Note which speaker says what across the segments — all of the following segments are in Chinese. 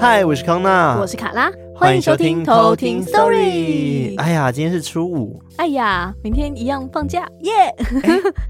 Speaker 1: 嗨，我是康娜，
Speaker 2: 我是卡拉，
Speaker 1: 啊欢迎收听偷听 Story。哎呀，今天是初五，
Speaker 2: 哎呀，明天一样放假耶！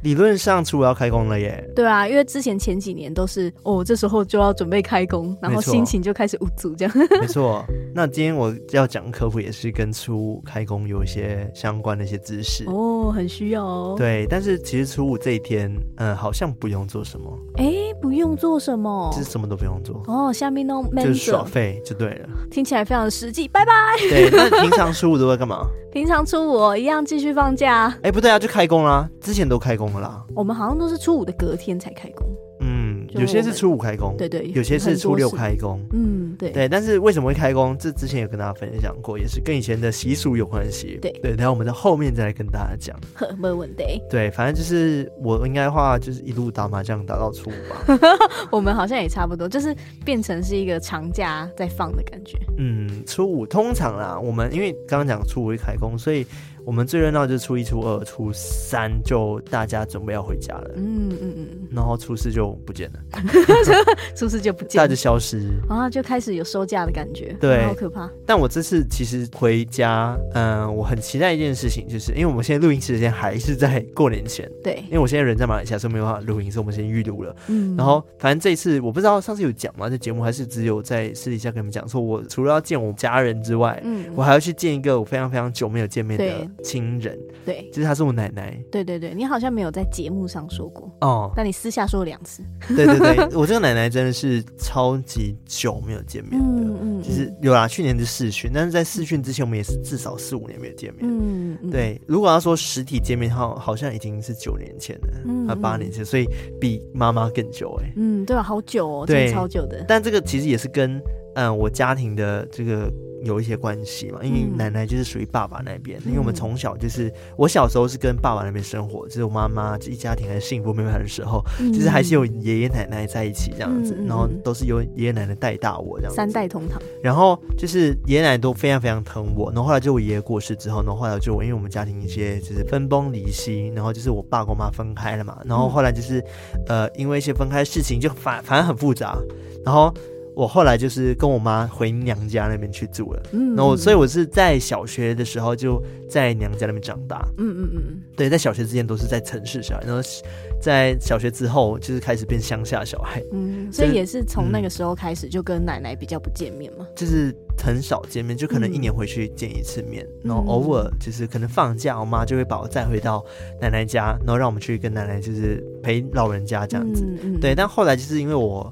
Speaker 1: 理论上初五要开工了 耶。
Speaker 2: 对啊，因为之前前几年都是哦，这时候就要准备开工，然后
Speaker 1: 没错
Speaker 2: 心情就开始无足这样。
Speaker 1: 没错，那今天我要讲的科普也是跟初五开工有一些相关的一些知识。
Speaker 2: 哦，很需要哦。，
Speaker 1: 对，但是其实初五这一天，嗯、好像不用做什么，
Speaker 2: 哎，不用做什么
Speaker 1: 就是什么都不用做，
Speaker 2: 哦，下面弄 m
Speaker 1: 就是
Speaker 2: a
Speaker 1: 耍废就对了。
Speaker 2: 听起来非常实际。拜拜，
Speaker 1: 对，那平常初五都在 干嘛？
Speaker 2: 平常初五哦一样继续放假，
Speaker 1: 哎、不对啊，就开工啦，之前都开工了啦。
Speaker 2: 我们好像都是初五的隔天才开工。
Speaker 1: 嗯，
Speaker 2: 就
Speaker 1: 有些
Speaker 2: 我
Speaker 1: 是
Speaker 2: 们
Speaker 1: 初五开工，
Speaker 2: 对对，
Speaker 1: 有些是
Speaker 2: 很多
Speaker 1: 初六
Speaker 2: 事。
Speaker 1: 开工。
Speaker 2: 嗯，对。
Speaker 1: 对，但是为什么会开工？这之前有跟大家分享过，也是跟以前的习俗有关系。
Speaker 2: 对
Speaker 1: 对，然后我们在后面再来跟大家讲。
Speaker 2: 呵 没问题，
Speaker 1: 对，反正就是我应该的话，就是一路打麻将打到初五 吧。
Speaker 2: 我们好像也差不多，就是变成是一个长假在放的感觉。
Speaker 1: 嗯，初五通常啦，我们因为刚刚讲初五会开工，所以我们最热闹就是初一、初二、初三就大家准备要回家了，
Speaker 2: 嗯嗯嗯
Speaker 1: 然后初四就不见了，
Speaker 2: 嗯，出事就不见
Speaker 1: 大家
Speaker 2: 了
Speaker 1: 就，消失。
Speaker 2: 然后就开始有收假的感觉，
Speaker 1: 对
Speaker 2: 好可怕。
Speaker 1: 但我这次其实回家，嗯、我很期待一件事情，就是因为我们现在录音时间还是在过年前。
Speaker 2: 对
Speaker 1: 因，为我现在人在马来西亚，所以没有办法录音，所以我们先预录了。
Speaker 2: 嗯
Speaker 1: 然后反正这一次我不知道上次有讲吗？这节目还是只有在私底下跟你们讲，说我除了要见我家人之外，
Speaker 2: 嗯
Speaker 1: 我还要去见一个我非常非常久没有见面的
Speaker 2: 对
Speaker 1: 亲人，
Speaker 2: 对
Speaker 1: 就是她是我奶 奶。
Speaker 2: 对对对，你好像没有在节目上说过，
Speaker 1: 哦，
Speaker 2: 但你私下说了两次。
Speaker 1: 对对对，我这个奶奶真的是超级久没有见面的。
Speaker 2: 嗯
Speaker 1: 其实有啦，去年是视讯，但是在视讯之前，我们也是至少四五年没有见面。
Speaker 2: 嗯嗯，
Speaker 1: 对，如果要说实体见面，好好像已经是九年前了，
Speaker 2: 嗯
Speaker 1: 啊八
Speaker 2: 嗯
Speaker 1: 年前，所以比妈妈更久哎、
Speaker 2: 嗯，对啊，好久哦，
Speaker 1: 对
Speaker 2: 真的超久的。
Speaker 1: 但这个其实也是跟嗯我家庭的这个有一些关系嘛，因为
Speaker 2: 嗯
Speaker 1: 奶奶就是属于爸爸那边，因为我们
Speaker 2: 嗯
Speaker 1: 从小就是我小时候是跟爸爸那边生活，就是我妈妈一家庭很幸福美满的时候，其实还是有
Speaker 2: 嗯
Speaker 1: 爷爷奶奶在一起这样子，
Speaker 2: 嗯嗯
Speaker 1: 然后
Speaker 2: 嗯
Speaker 1: 都是由爷爷奶奶带大我这样子，
Speaker 2: 三代同堂。
Speaker 1: 然后就是爷爷奶奶都非常非常疼我，然后后来就我爷爷过世之后，然后后来就我因为我们家庭一些就是分崩离析，然后就是我爸跟我妈分开了嘛，然后后来就是、呃因为一些分开的事情就反反正很复杂，然后我后来就是跟我妈回娘家那边去住了，
Speaker 2: 嗯，
Speaker 1: 然后我所以
Speaker 2: 以
Speaker 1: 我是在小学的时候就在娘家那边长大，
Speaker 2: 嗯嗯嗯
Speaker 1: 对，在小学之前都是在城市小孩，然后在小学之后就是开始变乡下小孩，
Speaker 2: 嗯，所以也是从那
Speaker 1: 嗯
Speaker 2: 个时候开始就跟奶奶比较不见面嘛。
Speaker 1: 就是很少见面，就可能
Speaker 2: 嗯
Speaker 1: 一年回去见一次面，
Speaker 2: 嗯
Speaker 1: 然后偶尔就是可能放假，我妈就会把我载回到奶奶家，然后让我们去跟奶奶就是陪老人家这样子。
Speaker 2: 嗯，嗯
Speaker 1: 对，，但后来就是因为我，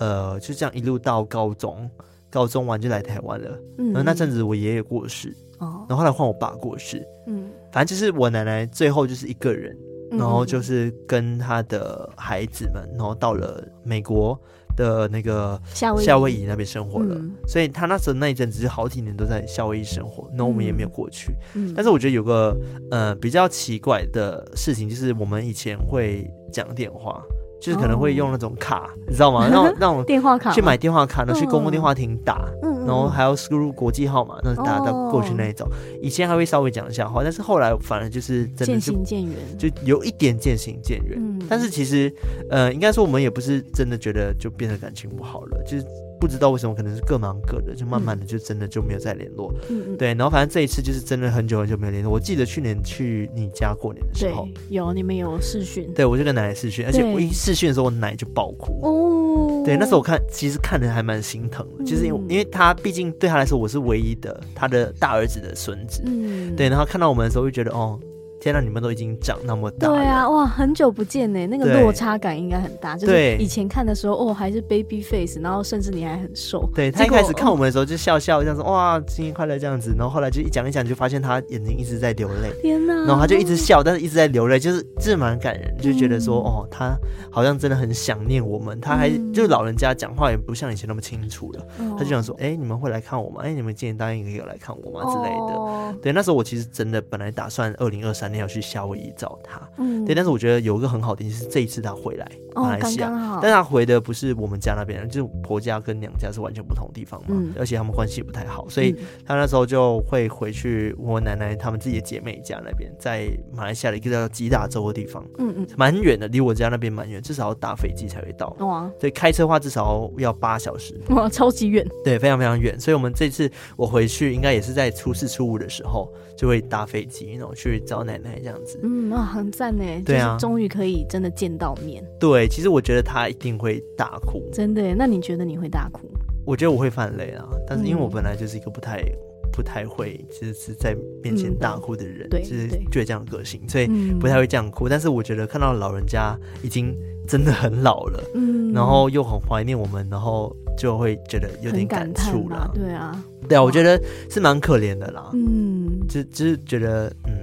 Speaker 1: 呃，就这样一路到高中，高中完就来台湾了。
Speaker 2: 嗯
Speaker 1: 然后那阵
Speaker 2: 子
Speaker 1: 子我爷爷过世，
Speaker 2: 哦，
Speaker 1: 然后后来换我爸过世，
Speaker 2: 嗯，
Speaker 1: 反正就是我奶奶最后就是一个人，
Speaker 2: 嗯
Speaker 1: 然后就是跟她的孩子们，然后到了美国的那个
Speaker 2: 夏威
Speaker 1: 夏
Speaker 2: 夷
Speaker 1: 威夷那边生活了。
Speaker 2: 嗯
Speaker 1: 所以他那时候那一阵子就好几年都在夏威夷生活，然后我们也没有过去。
Speaker 2: 嗯，
Speaker 1: 但是我觉得有个呃比较奇怪的事情，就是我们以前会讲电话，就是可能会用那种卡，你知道吗？那种那种
Speaker 2: 哦 电话卡
Speaker 1: 去
Speaker 2: 嘛，
Speaker 1: 买电话卡，然后去公共
Speaker 2: 嗯
Speaker 1: 电话亭打。
Speaker 2: 嗯，嗯
Speaker 1: 然后
Speaker 2: 嗯
Speaker 1: 还要输入国际号码，那是打到
Speaker 2: 哦
Speaker 1: 过去那一种。以前还会稍微讲一下话，但是后来反而就是真的
Speaker 2: 渐
Speaker 1: 是
Speaker 2: 行渐远，
Speaker 1: 就有一点渐行渐远。
Speaker 2: 嗯
Speaker 1: 但是其实，呃，应该说我们也不是真的觉得就变得感情不好了，就是不知道为什么，可能是各忙各的，就慢慢的就真的就没有再联络。
Speaker 2: 嗯嗯
Speaker 1: 对，然后反正这一次就是真的很久很久没有联络。我记得去年去你家过年的时
Speaker 2: 对
Speaker 1: 候，，
Speaker 2: 有你们有视讯
Speaker 1: 对我就跟奶奶视讯，而且
Speaker 2: 对
Speaker 1: 我一视讯的时候，我奶就爆哭。
Speaker 2: 哦，
Speaker 1: 对，那时候我看其实看的还蛮心疼的，就是因为、
Speaker 2: 嗯
Speaker 1: 因为他毕竟对他来说我是唯一的他的大儿子的孙子，
Speaker 2: 嗯
Speaker 1: 对，然后看到我们的时候就觉得哦，天呐，你们都已经长那么大
Speaker 2: 对
Speaker 1: 了，
Speaker 2: 啊，哇，很久不见呢，那个
Speaker 1: 对
Speaker 2: 落差感应该很大。就是
Speaker 1: 对
Speaker 2: 以前看的时候，哦，还是 baby face，然后甚至你还很瘦。
Speaker 1: 对他一开始看
Speaker 2: 我，
Speaker 1: 我们的时候就笑笑，这样子哇，新年快乐这样子，然后后来就一讲一讲，就发现他眼睛一直在流泪，
Speaker 2: 天哪！
Speaker 1: 然后他就一直笑，但是一直在流泪，就是这蛮感人，就觉得说
Speaker 2: 嗯
Speaker 1: 哦，他好像真的很想念我们，他还
Speaker 2: 嗯
Speaker 1: 就老人家讲话也不像以前那么清楚了，
Speaker 2: 哦，
Speaker 1: 他就想说，哎，你们会来看我吗？哎，你们今年答应有来看我吗？之类的。
Speaker 2: 哦
Speaker 1: 对，那时候我其实真的本来打算二零二三三天要去夏威夷找他。
Speaker 2: 嗯，
Speaker 1: 对，但是我觉得有一个很好的点是，这一次他回来马
Speaker 2: 哦，
Speaker 1: 来
Speaker 2: 刚
Speaker 1: 西亚，
Speaker 2: 刚好，
Speaker 1: 但他回的不是我们家那边，就是婆家跟娘家是完全不同的地方嘛，
Speaker 2: 嗯
Speaker 1: 而且他们关系也不太好，所以
Speaker 2: 嗯
Speaker 1: 他那时候就会回去我奶奶他们自己的姐妹家那边，在马来西亚的一个叫吉打州的地方，
Speaker 2: 嗯嗯
Speaker 1: 蛮远的，离我家那边蛮远，至少要搭飞机才会到。
Speaker 2: 哇
Speaker 1: 所以开车的话至少要八小时，
Speaker 2: 哇，超级远，
Speaker 1: 对，非常非常远。所以我们这次我回去应该也是在初四初五的时候就会搭飞机，然后去找奶奶这样子。
Speaker 2: 嗯啊，很赞呢，
Speaker 1: 对啊
Speaker 2: 就是终于可以真的见到面，
Speaker 1: 对，其实我觉得她一定会大哭，
Speaker 2: 真的耶。那你觉得你会大哭？
Speaker 1: 我觉得我会犯累啊，但是因为我
Speaker 2: 嗯
Speaker 1: 本来就是一个不太不太会就是在面前大哭的人，
Speaker 2: 嗯对
Speaker 1: 就是
Speaker 2: 对
Speaker 1: 倔强的个性，所以
Speaker 2: 嗯，
Speaker 1: 不太，会这样哭。但是我觉得看到老人家已经真的很老了，
Speaker 2: 嗯
Speaker 1: 然后又很怀念我们，然后就会觉得有
Speaker 2: 很
Speaker 1: 点
Speaker 2: 感叹
Speaker 1: 触啦
Speaker 2: 吧。对啊，
Speaker 1: 对啊，我觉得是蛮可怜的啦，
Speaker 2: 嗯，
Speaker 1: 就就是觉得嗯，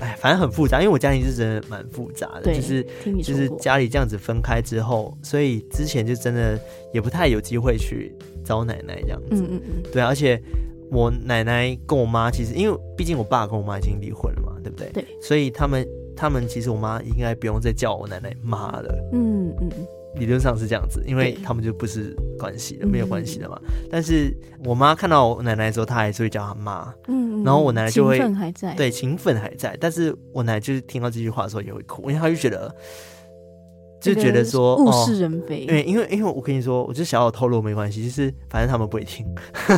Speaker 1: 哎，反正很复杂，因为我家庭是真的蛮复杂的，
Speaker 2: 对
Speaker 1: 就是
Speaker 2: 听你
Speaker 1: 就
Speaker 2: 说
Speaker 1: 是
Speaker 2: 过，
Speaker 1: 家里这样子分开之后，所以之前就真的也不太有机会去找奶奶这样子。
Speaker 2: 嗯嗯嗯，
Speaker 1: 对啊，而且我奶奶跟我妈其实，因为毕竟我爸跟我妈已经离婚了嘛，对不对？
Speaker 2: 对，
Speaker 1: 所以他们他们其实我妈应该不用再叫我奶奶妈了，
Speaker 2: 嗯嗯嗯，
Speaker 1: 理论上是这样子，因为
Speaker 2: 对
Speaker 1: 他们就不是关系了，
Speaker 2: 嗯
Speaker 1: 没有关系了嘛。但是我妈看到我奶奶的时候，她还是会叫她妈，
Speaker 2: 嗯，嗯
Speaker 1: 然后我奶奶就会
Speaker 2: 情分还在，，
Speaker 1: 对，情分还在。但是我奶奶就是听到这句话的时候也会哭，因为她就觉得。就觉得说，
Speaker 2: 物
Speaker 1: 哦。
Speaker 2: 是人非，
Speaker 1: 因为因为因为我跟你说，我就小小透露没关系，就是反正他们不会听，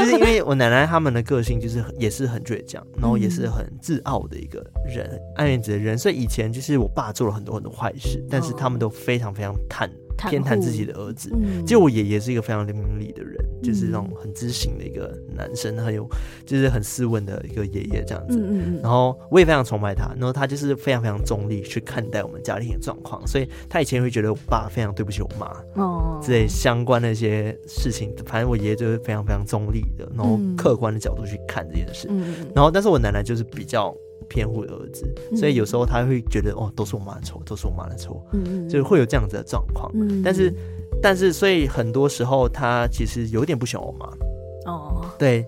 Speaker 1: 就是因为我奶奶他们的个性就是很也是很倔强，然后也是很自傲的一个人，很爱面子的人，所以以前就是我爸做了很多很多坏事，但是他们都非常非常袒
Speaker 2: 哦
Speaker 1: 偏袒自己
Speaker 2: 的，
Speaker 1: 的儿子。
Speaker 2: 嗯，
Speaker 1: 就我爷爷是一个非常明理的人，就是那种很知性的一个男生，很有就是很斯文的一个爷爷这样子。
Speaker 2: 嗯嗯嗯，
Speaker 1: 然后我也非常崇拜他，然后他就是非常非常中立去看待我们家庭的状况，所以他以前会觉得我爸非常对不起我妈
Speaker 2: 哦，
Speaker 1: 之类相关的一些事情，反正我爷爷就是非常非常中立的，然后
Speaker 2: 嗯
Speaker 1: 客观的角度去看这件事。
Speaker 2: 嗯，嗯嗯，
Speaker 1: 然后，但是我奶奶就是比较偏护儿子，
Speaker 2: 嗯
Speaker 1: 所以有时候她会觉得哦，都是我妈的错，都是我妈的错，
Speaker 2: 嗯嗯，
Speaker 1: 就会有这样子的状况。
Speaker 2: 嗯，
Speaker 1: 但是，但是，所以很多时候她其实有点不喜欢我妈，
Speaker 2: 哦，
Speaker 1: 对，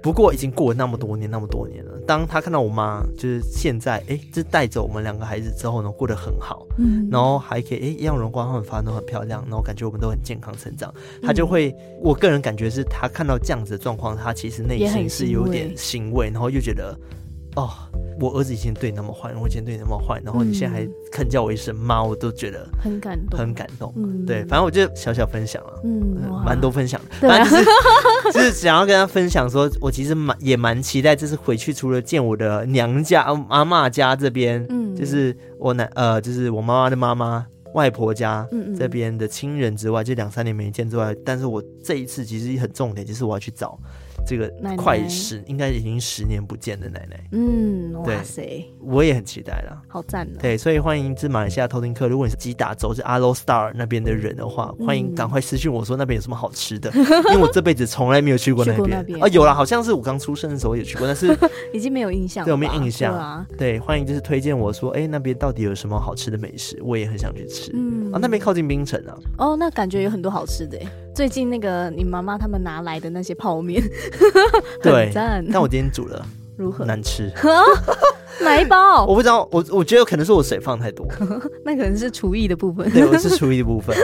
Speaker 1: 不过已经过了那么多年，那么多年了。当他看到我妈，就是现在，哎、就是带着我们两个孩子之后呢，过得很好，
Speaker 2: 嗯，
Speaker 1: 然后还可以，哎、一样荣光，他们发展都很漂亮，然后感觉我们都很健康成长。他就会，我个人感觉是他看到这样子的状况，他其实内
Speaker 2: 也
Speaker 1: 心
Speaker 2: 很
Speaker 1: 是
Speaker 2: 欣
Speaker 1: 有
Speaker 2: 慰
Speaker 1: 点欣慰，然后又觉得，哦，我儿子以前对你那么坏，我以前对你那么坏，然后你现在还
Speaker 2: 嗯
Speaker 1: 肯叫我一声妈，我都觉得
Speaker 2: 很感动，
Speaker 1: 很感动。
Speaker 2: 嗯
Speaker 1: 对，反正我就小小分享了。
Speaker 2: 嗯，哇
Speaker 1: 蛮多分享的，
Speaker 2: 对
Speaker 1: 反
Speaker 2: 啊
Speaker 1: 正就是 就是想要跟他分享说，我其实蛮也蛮期待，这次回去除了见我的娘家、啊阿嬷家这边，
Speaker 2: 嗯
Speaker 1: 就是我奶呃，就是我妈妈的妈妈、外婆家
Speaker 2: 嗯嗯
Speaker 1: 这边的亲人之外，就两三年没见之外，但是我这一次其实很重点，就是我要去找这个
Speaker 2: 奶奶
Speaker 1: 快十应该已经十年不见的奶奶，
Speaker 2: 嗯，
Speaker 1: 对
Speaker 2: 哇塞，
Speaker 1: 我也很期待啦。
Speaker 2: 好赞哦！
Speaker 1: 对，所以欢迎至马来西亚偷听客。如果你是吉打州是阿罗 Star 那边的人的话，欢
Speaker 2: 嗯
Speaker 1: 迎赶快私信我说那边有什么好吃的，因为我这辈子从来没有去过那
Speaker 2: 去过
Speaker 1: 边。
Speaker 2: 那边
Speaker 1: 啊，有啦，好像是我刚出生的时候有去过，但 是
Speaker 2: 已经没有印象了吧，
Speaker 1: 对我没印象
Speaker 2: 对啊，
Speaker 1: 对，欢迎就是推荐我说，哎、那边到底有什么好吃的美食，我也很想去吃。
Speaker 2: 嗯
Speaker 1: 啊，那边靠近槟城啊，
Speaker 2: 哦，那感觉有很多好吃的耶。最近那个你妈妈他们拿来的那些泡面，
Speaker 1: 对
Speaker 2: 很赞，
Speaker 1: 但我今天煮 了，
Speaker 2: 如何？
Speaker 1: 难吃。
Speaker 2: 哪一 包？
Speaker 1: 我不知道，我我觉得可能是我水放太多，
Speaker 2: 那可能是厨艺的 部分。
Speaker 1: 对，我是厨艺的部 分。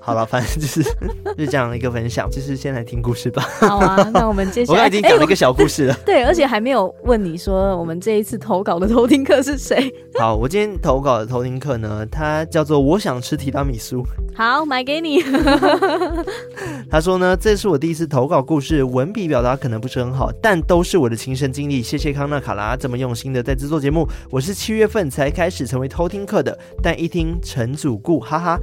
Speaker 1: 好了，反正就是 就这样一个分享，就是先来听故事吧。
Speaker 2: 好啊，那我们接下
Speaker 1: 我刚
Speaker 2: 来
Speaker 1: 才已经讲了一
Speaker 2: 哎
Speaker 1: 个小故事了。
Speaker 2: 我对，而且还没有问你说我们这一次投稿的偷听客是谁。
Speaker 1: 好，我今天投稿的投听课呢，它叫做“我想吃提拉米苏
Speaker 2: 好，买给 你。”。
Speaker 1: 他说呢，这是我第一次投稿故事，文笔表达可能不是很好，但都是我的亲身经历。谢谢康纳卡拉这么用心的在制作节目。我是七月份才开始成为偷听课的，但一听陈主顾，哈哈。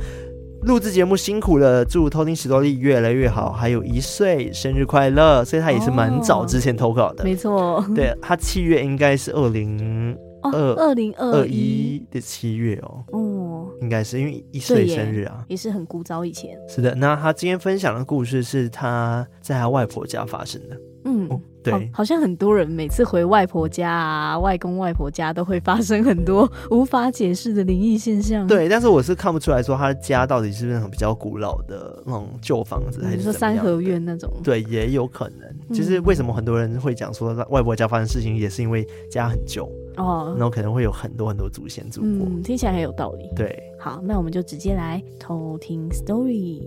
Speaker 1: 录制节目辛苦了，祝偷听史多利越来越好，还有一岁生日快乐！所以他也是蛮早之前投稿的，
Speaker 2: 哦没错，
Speaker 1: 对啊他七月应该是二零
Speaker 2: 哦，
Speaker 1: 二
Speaker 2: 二零
Speaker 1: 二
Speaker 2: 二一，
Speaker 1: 一的七月哦，
Speaker 2: 哦，
Speaker 1: 应该是因为一
Speaker 2: 对
Speaker 1: 岁
Speaker 2: 耶
Speaker 1: 生日啊，
Speaker 2: 也是很古早以前。
Speaker 1: 是的，那他今天分享的故事是他在他外婆家发生的。
Speaker 2: 嗯
Speaker 1: 哦，
Speaker 2: 好
Speaker 1: 对，
Speaker 2: 好像很多人每次回外婆家啊、外公外婆家都会发生很多 无法解释的灵异现象。，
Speaker 1: 对，但是我是看不出来说他的家到底是不是那种比较古老的那种旧房子，还是
Speaker 2: 比嗯如
Speaker 1: 怎么
Speaker 2: 说三
Speaker 1: 样
Speaker 2: 合
Speaker 1: 的。
Speaker 2: 院那种，
Speaker 1: 对，也有可能，就是
Speaker 2: 嗯
Speaker 1: 为什么很多人会讲说外婆家发生事情，也是因为家很旧，
Speaker 2: 哦
Speaker 1: 然，后可能会有很多很多祖先住过。
Speaker 2: 嗯，听起来很有道理。
Speaker 1: 对，
Speaker 2: 好，那我们就直接来偷听 story。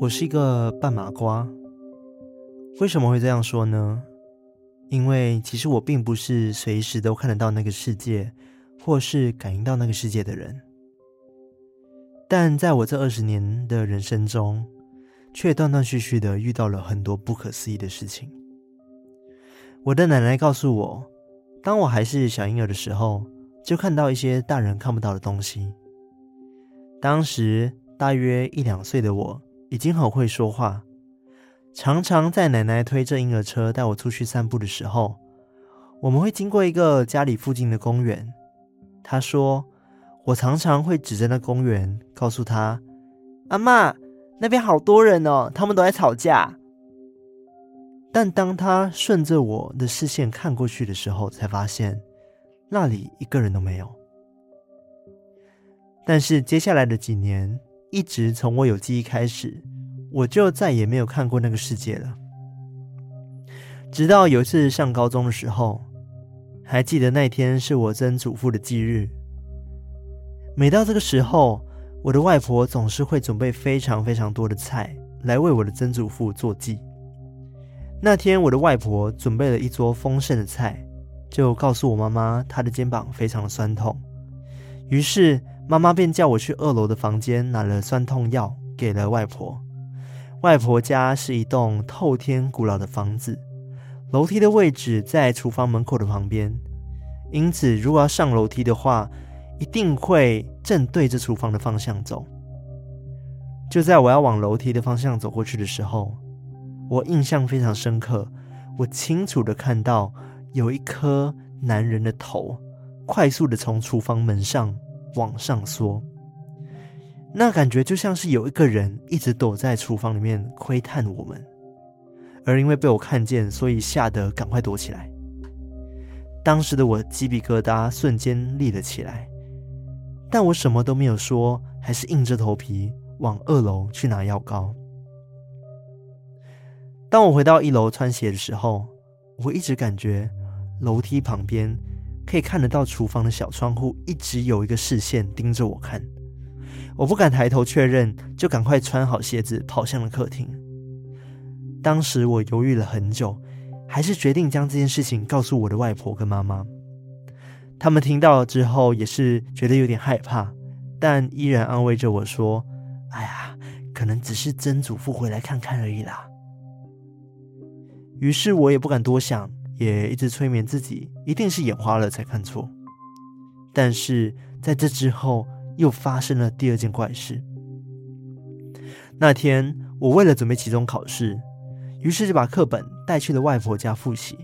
Speaker 1: 我是一个半麻瓜。为什么会这样说呢？因为其实我并不是随时都看得到那个世界，或是感应到那个世界的人。但在我这二十年的人生中，却断断续续的遇到了很多不可思议的事情。我的奶奶告诉我，当我还是小婴儿的时候，就看到一些大人看不到的东西。当时大约一两岁的我，已经很会说话，常常在奶奶推着婴儿车带我出去散步的时候，我们会经过一个家里附近的公园。她说，我常常会指着那公园，告诉她：“阿嬷，那边好多人哦，他们都在吵架。”但当她顺着我的视线看过去的时候，才发现那里一个人都没有。但是接下来的几年，一直从我有记忆开始，我就再也没有看过那个世界了。直到有一次上高中的时候，还记得那天是我曾祖父的忌日。每到这个时候，我的外婆总是会准备非常非常多的菜来为我的曾祖父做祭。那天我的外婆准备了一桌丰盛的菜，就告诉我妈妈她的肩膀非常的酸痛，于是妈妈便叫我去二楼的房间拿了酸痛药给了外婆。外婆家是一栋透天古老的房子，楼梯的位置在厨房门口的旁边，因此如果要上楼梯的话，一定会正对着厨房的方向走。就在我要往楼梯的方向走过去的时候，我印象非常深刻，我清楚的看到有一颗男人的头快速的从厨房门上往上缩，那感觉就像是有一个人一直躲在厨房里面窥探我们，而因为被我看见，所以吓得赶快躲起来。当时的我鸡皮疙瘩瞬间立了起来，但我什么都没有说，还是硬着头皮往二楼去拿药膏。当我回到一楼穿鞋的时候，我一直感觉楼梯旁边可以看得到厨房的小窗户，一直有一个视线盯着我看。我不敢抬头确认，就赶快穿好鞋子跑向了客厅。当时我犹豫了很久，还是决定将这件事情告诉我的外婆跟妈妈。他们听到之后也是觉得有点害怕，但依然安慰着我说：“哎呀，可能只是曾祖父回来看看而已啦。”于是我也不敢多想，也一直催眠自己，一定是眼花了才看错。但是在这之后，又发生了第二件怪事。那天，我为了准备期中考试，于是就把课本带去了外婆家复习。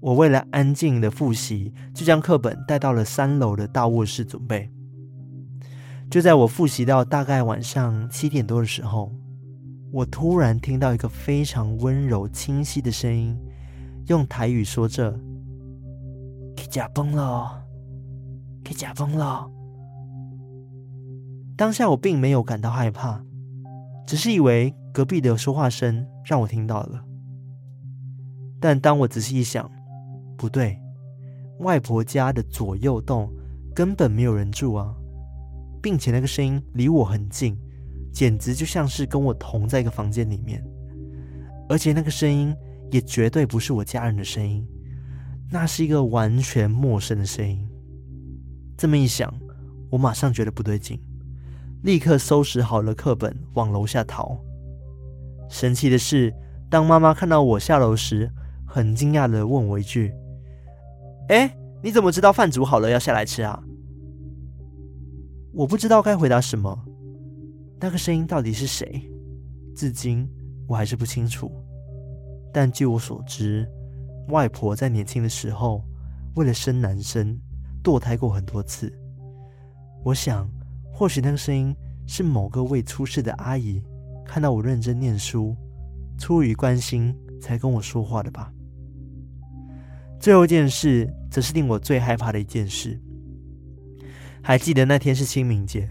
Speaker 1: 我为了安静的复习，就将课本带到了三楼的大卧室准备。就在我复习到大概晚上七点多的时候，我突然听到一个非常温柔、清晰的声音，用台语说着：“可以假崩了哦，可以假崩了哦。”当下我并没有感到害怕，只是以为隔壁的说话声让我听到了。但当我仔细一想，不对，外婆家的左右栋根本没有人住啊，并且那个声音离我很近，简直就像是跟我同在一个房间里面。而且那个声音也绝对不是我家人的声音，那是一个完全陌生的声音。这么一想，我马上觉得不对劲。立刻收拾好了课本，往楼下逃。神奇的是，当妈妈看到我下楼时，很惊讶的问我一句：“哎，你怎么知道饭煮好了要下来吃啊？”我不知道该回答什么，那个声音到底是谁，至今我还是不清楚。但据我所知，外婆在年轻的时候为了生男生堕胎过很多次。我想，或许那个声音是某个未出世的阿姨看到我认真念书，出于关心才跟我说话的吧。最后一件事，则是令我最害怕的一件事。还记得那天是清明节，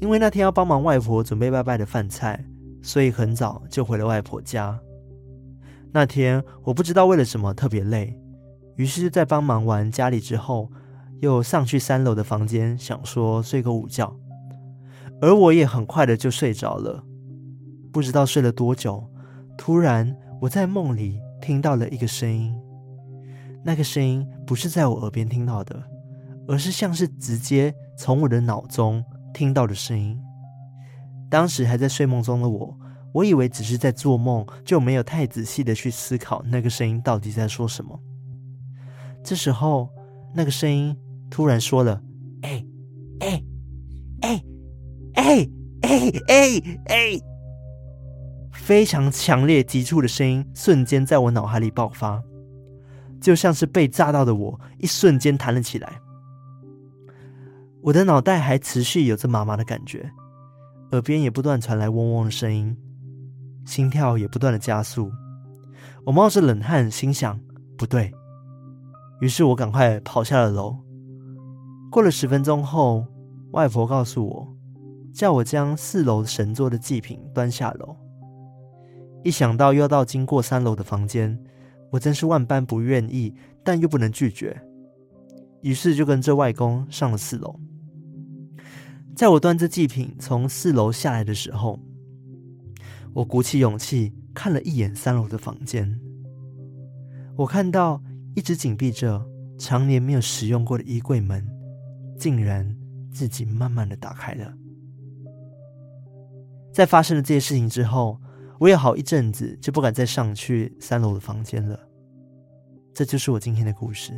Speaker 1: 因为那天要帮忙外婆准备拜拜的饭菜，所以很早就回了外婆家。那天我不知道为了什么特别累，于是，在帮忙完家里之后，又上去三楼的房间，想说睡个午觉。而我也很快的就睡着了，不知道睡了多久，突然我在梦里听到了一个声音。那个声音不是在我耳边听到的，而是像是直接从我的脑中听到的声音。当时还在睡梦中的我，我以为只是在做梦，就没有太仔细的去思考那个声音到底在说什么。这时候，那个声音突然说了：“哎，哎，哎，哎，哎，哎，哎！”非常强烈、急促的声音瞬间在我脑海里爆发。就像是被炸到的我，一瞬间弹了起来。我的脑袋还持续有着麻麻的感觉，耳边也不断传来嗡嗡的声音，心跳也不断的加速。我冒着冷汗，心想不对，于是我赶快跑下了楼。过了十分钟后，外婆告诉我，叫我将四楼神桌的祭品端下楼。一想到又要到经过三楼的房间，我真是万般不愿意，但又不能拒绝，于是就跟着外公上了四楼。在我端着祭品从四楼下来的时候，我鼓起勇气看了一眼三楼的房间。我看到一直紧闭着、常年没有使用过的衣柜门，竟然自己慢慢的打开了。在发生了这些事情之后，我也好一阵子就不敢再上去三楼的房间了。这就是我今天的故事。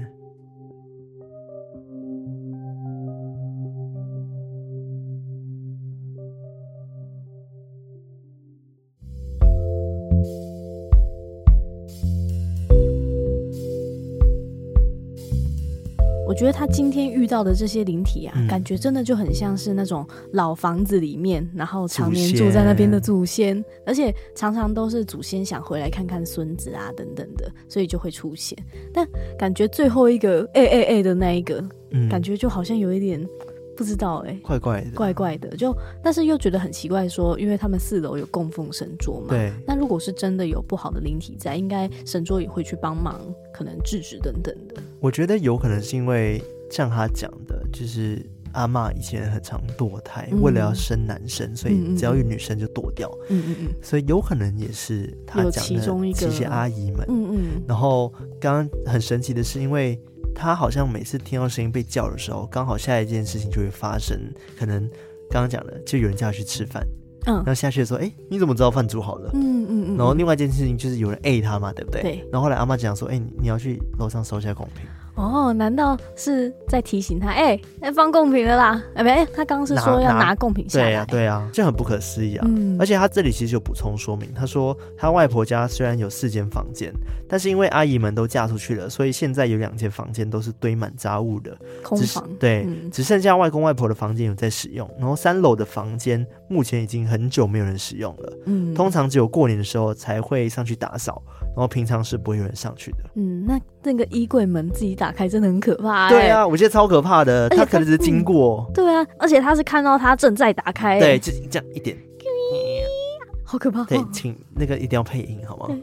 Speaker 2: 我觉得他今天遇到的这些灵体啊，
Speaker 1: 嗯
Speaker 2: 感觉真的就很像是那种老房子里面，然后常年
Speaker 1: 祖先
Speaker 2: 住在那边的祖先，而且常常都是祖先想回来看看孙子啊等等的，所以就会出现。但感觉最后一个哎哎哎的那一个，
Speaker 1: 嗯，
Speaker 2: 感觉就好像有一点不知道哎、
Speaker 1: 怪怪的，
Speaker 2: 怪怪的，就但是又觉得很奇怪说因为他们四楼有供奉神桌嘛，
Speaker 1: 对，
Speaker 2: 那如果是真的有不好的灵体在，应该神桌也会去帮忙，可能制止等等的。
Speaker 1: 我觉得有可能是因为像他讲的，就是阿嬷以前很常堕胎，
Speaker 2: 嗯
Speaker 1: 为了要生男生，所
Speaker 2: 嗯嗯
Speaker 1: 以只要有女生就堕掉，
Speaker 2: 嗯嗯嗯
Speaker 1: 所以有可能也是他
Speaker 2: 有
Speaker 1: 讲
Speaker 2: 其中
Speaker 1: 的
Speaker 2: 一个
Speaker 1: 这些阿姨们。
Speaker 2: 嗯嗯，
Speaker 1: 然后刚刚很神奇的是，因为他好像每次听到声音被叫的时候，刚好下一件事情就会发生，可能。刚刚讲的，就有人叫他去吃饭，
Speaker 2: 嗯
Speaker 1: 然后下去的时候，哎，你怎么知道饭煮好了？
Speaker 2: 嗯嗯嗯，
Speaker 1: 然后另外一件事情就是有人 A 他嘛，对不对？
Speaker 2: 对。
Speaker 1: 然后后来阿妈讲说，哎，你你要去楼上收一下贡品，
Speaker 2: 哦，难道是在提醒他？哎、哎，放贡品了啦！哎、没，他刚刚是说
Speaker 1: 拿
Speaker 2: 要
Speaker 1: 拿
Speaker 2: 拿贡品下来。
Speaker 1: 对呀、对呀、这很不可思议啊！
Speaker 2: 嗯，
Speaker 1: 而且他这里其实有补充说明，他说他外婆家虽然有四间房间，但是因为阿姨们都嫁出去了，所以现在有两间房间都是堆满杂物的，
Speaker 2: 空
Speaker 1: 只是
Speaker 2: 房，
Speaker 1: 对，
Speaker 2: 嗯
Speaker 1: 只剩下外公外婆的房间有在使用。然后三楼的房间目前已经很久没有人使用了，
Speaker 2: 嗯，
Speaker 1: 通常只有过年的时候才会上去打扫，然后平常是不会有人上去的。
Speaker 2: 嗯，那那个衣柜门自己打开真的很可怕、哎
Speaker 1: 对啊，我觉得超可怕的，
Speaker 2: 且
Speaker 1: 他可能只是经过，
Speaker 2: 对啊，而且他是看到他正在打开、
Speaker 1: 对，
Speaker 2: 哎，
Speaker 1: 就这样一点。
Speaker 2: 好可怕、哦。
Speaker 1: 对，请那个一定要配音好吗
Speaker 2: 对？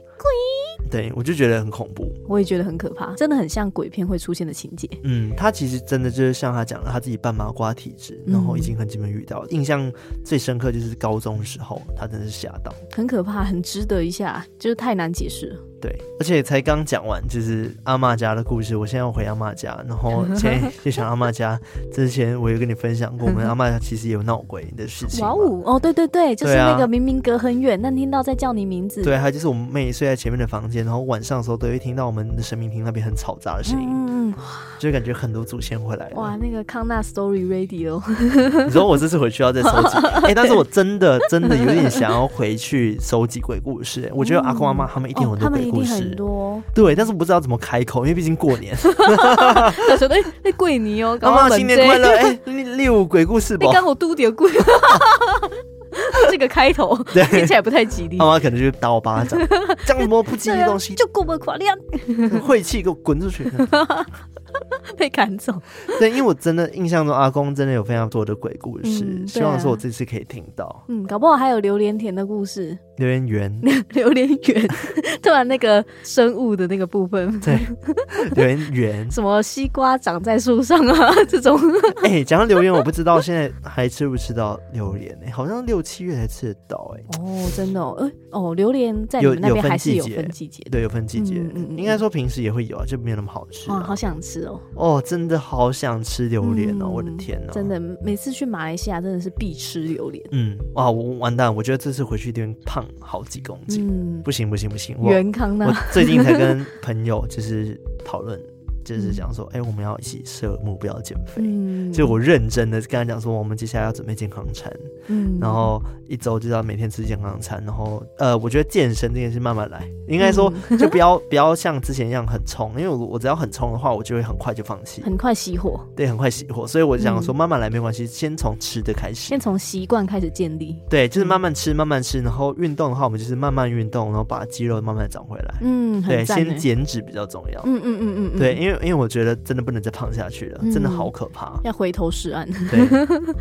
Speaker 1: 对，我就觉得很恐怖。
Speaker 2: 我也觉得很可怕，真的很像鬼片会出现的情节。
Speaker 1: 嗯，他其实真的就是像他讲的，他自己半麻瓜体质，
Speaker 2: 嗯
Speaker 1: 然后已经很久没有遇到了。印象最深刻就是高中的时候，他真的是吓到。
Speaker 2: 很可怕，很值得一下，就是太难解释了。
Speaker 1: 对，而且才刚讲完就是阿嬷家的故事，我现在要回阿嬷家，然 后前就想阿嬷家之前我有跟你分享过，我 们阿嬷家其实也有闹鬼的事情
Speaker 2: 哇
Speaker 1: 嘛。
Speaker 2: 哦，哦，对对对，就是
Speaker 1: 对啊
Speaker 2: 那个明明隔很远，但听到在叫你名字。
Speaker 1: 对，啊还有就是我们妹睡在前面的房间，然后晚上的时候都会听到我们的神明厅那边很嘈杂的声音，
Speaker 2: 嗯，嗯嗯，
Speaker 1: 就感觉很多祖先回来了。
Speaker 2: 哇，那个康纳 Story Radio，
Speaker 1: 你说我这次回去要再收 集，哎、但是我真的真的有点想要回去收集鬼故事、欸我觉得阿公阿妈他们一定有
Speaker 2: 哦
Speaker 1: 很
Speaker 2: 他
Speaker 1: 多
Speaker 2: 们
Speaker 1: 鬼
Speaker 2: 一
Speaker 1: 故
Speaker 2: 定
Speaker 1: 事
Speaker 2: 很。多。
Speaker 1: 对，但是我不知道怎么开口，因为毕竟过年。
Speaker 2: 他说：“哎、那贵你哦，
Speaker 1: 妈
Speaker 2: 干
Speaker 1: 妈
Speaker 2: 嘛
Speaker 1: 新年快 乐！哎、你你有鬼故事不
Speaker 2: 你？刚好嘟点 贵。”这个开头
Speaker 1: 对
Speaker 2: 听起来不太吉利啊
Speaker 1: 妈。妈可能就打我巴掌，这样怎么不吉利的东 西，
Speaker 2: 就过门垮亮
Speaker 1: 晦气给我滚出 去！
Speaker 2: 被赶走。
Speaker 1: 对，因为我真的印象中阿公真的有非常多的鬼故事，
Speaker 2: 嗯对啊
Speaker 1: 希望说我这次可以听到。
Speaker 2: 嗯，搞不好还有榴莲田的故事，
Speaker 1: 留言员，
Speaker 2: 榴莲园，突然那个生物的那个部分，
Speaker 1: 留言员，
Speaker 2: 什么西瓜长在树上啊， 这种
Speaker 1: 哎、讲到榴莲，我不知道现在还吃不吃到榴莲、哎，好像六七月才吃得到、哎，
Speaker 2: 哦，真的哦，哎哦，榴莲在你
Speaker 1: 有
Speaker 2: 们那
Speaker 1: 有
Speaker 2: 边
Speaker 1: 分
Speaker 2: 还是
Speaker 1: 季
Speaker 2: 有
Speaker 1: 节
Speaker 2: 分季节的，
Speaker 1: 对，有分季节，
Speaker 2: 嗯嗯嗯
Speaker 1: 应该说平时也会有啊，就没有那么好吃
Speaker 2: 哇，
Speaker 1: 啊、
Speaker 2: 好想吃哦，
Speaker 1: 哦，真的好想吃榴莲哦，
Speaker 2: 嗯
Speaker 1: 我的天哦，
Speaker 2: 真。的，每次去马来西亚真的是必吃榴莲，
Speaker 1: 嗯，哇，我完蛋！我觉得这次回去一定胖好几公斤，
Speaker 2: 嗯，啊
Speaker 1: 不行不行不行！我
Speaker 2: 元康
Speaker 1: 我
Speaker 2: 纳，
Speaker 1: 最近才 跟朋友就是讨论，就是讲说，哎、我们要一起设目标减肥。
Speaker 2: 嗯，
Speaker 1: 就我认真的跟他讲说，我们接下来要准备健康餐，
Speaker 2: 嗯，
Speaker 1: 然后一周就要每天吃健康餐，然后呃，我觉得健身这件事慢慢来，应该
Speaker 2: 嗯
Speaker 1: 说 就不要不要像之前一样很冲，因为我我只要很冲的话，我就会很快就放弃，
Speaker 2: 很快熄火，
Speaker 1: 对，很快熄火，所以我就想说慢慢来没关系，先从吃的开始
Speaker 2: 嗯先，嗯从习惯开始建立，
Speaker 1: 对，就是慢慢吃慢慢吃，然后运动的话，我们就是慢慢运动，然后把肌肉慢慢长回来，
Speaker 2: 嗯，
Speaker 1: 对，
Speaker 2: 很赞
Speaker 1: 先
Speaker 2: 欸，
Speaker 1: 减脂比较重要。
Speaker 2: 嗯嗯嗯嗯，嗯
Speaker 1: 对，，因为因为我觉得真的不能再胖下去了，真的
Speaker 2: 嗯
Speaker 1: 好可怕。
Speaker 2: 要回头是岸，
Speaker 1: 对，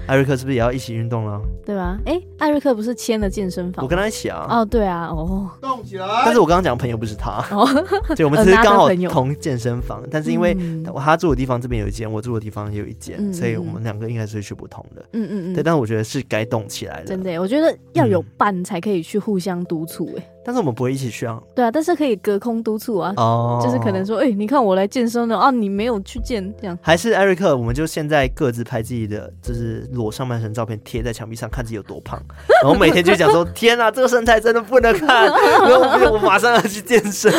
Speaker 1: 艾瑞克是不是也要一起运动了？
Speaker 2: 对吧？哎，艾瑞克不是签了健身
Speaker 1: 我
Speaker 2: 房？
Speaker 1: 跟他一起啊。
Speaker 2: 哦，对啊，哦，
Speaker 3: 动起来！
Speaker 1: 但是我刚刚讲朋友不是他，
Speaker 2: 哦
Speaker 1: 对，我们只是
Speaker 2: 呃
Speaker 1: 刚好
Speaker 2: 拉的朋友
Speaker 1: 同健身房，但是因为
Speaker 2: 嗯
Speaker 1: 他住的地方这边有一间，我住的地方也有一间，
Speaker 2: 嗯
Speaker 1: 所以我
Speaker 2: 嗯
Speaker 1: 们两个应该是会去不同的。
Speaker 2: 嗯嗯嗯，
Speaker 1: 对，但我觉得是该动起来了
Speaker 2: 真。的耶，欸我觉得要有
Speaker 1: 嗯
Speaker 2: 伴才可以去互相督促，哎、
Speaker 1: 但是我们不会一起去啊。
Speaker 2: 对啊，但是可以隔空督促啊，
Speaker 1: 哦，
Speaker 2: 就是可能说，哎、你看我来健身了啊，你没有去健，这样，
Speaker 1: 还是艾瑞克，我们就现在各自拍自己的，就是裸上半身照片贴在墙壁上，看自己有多胖。 然后每天就讲说：“天啊，这个身材真的不能 看！”然后我我马上要去健身。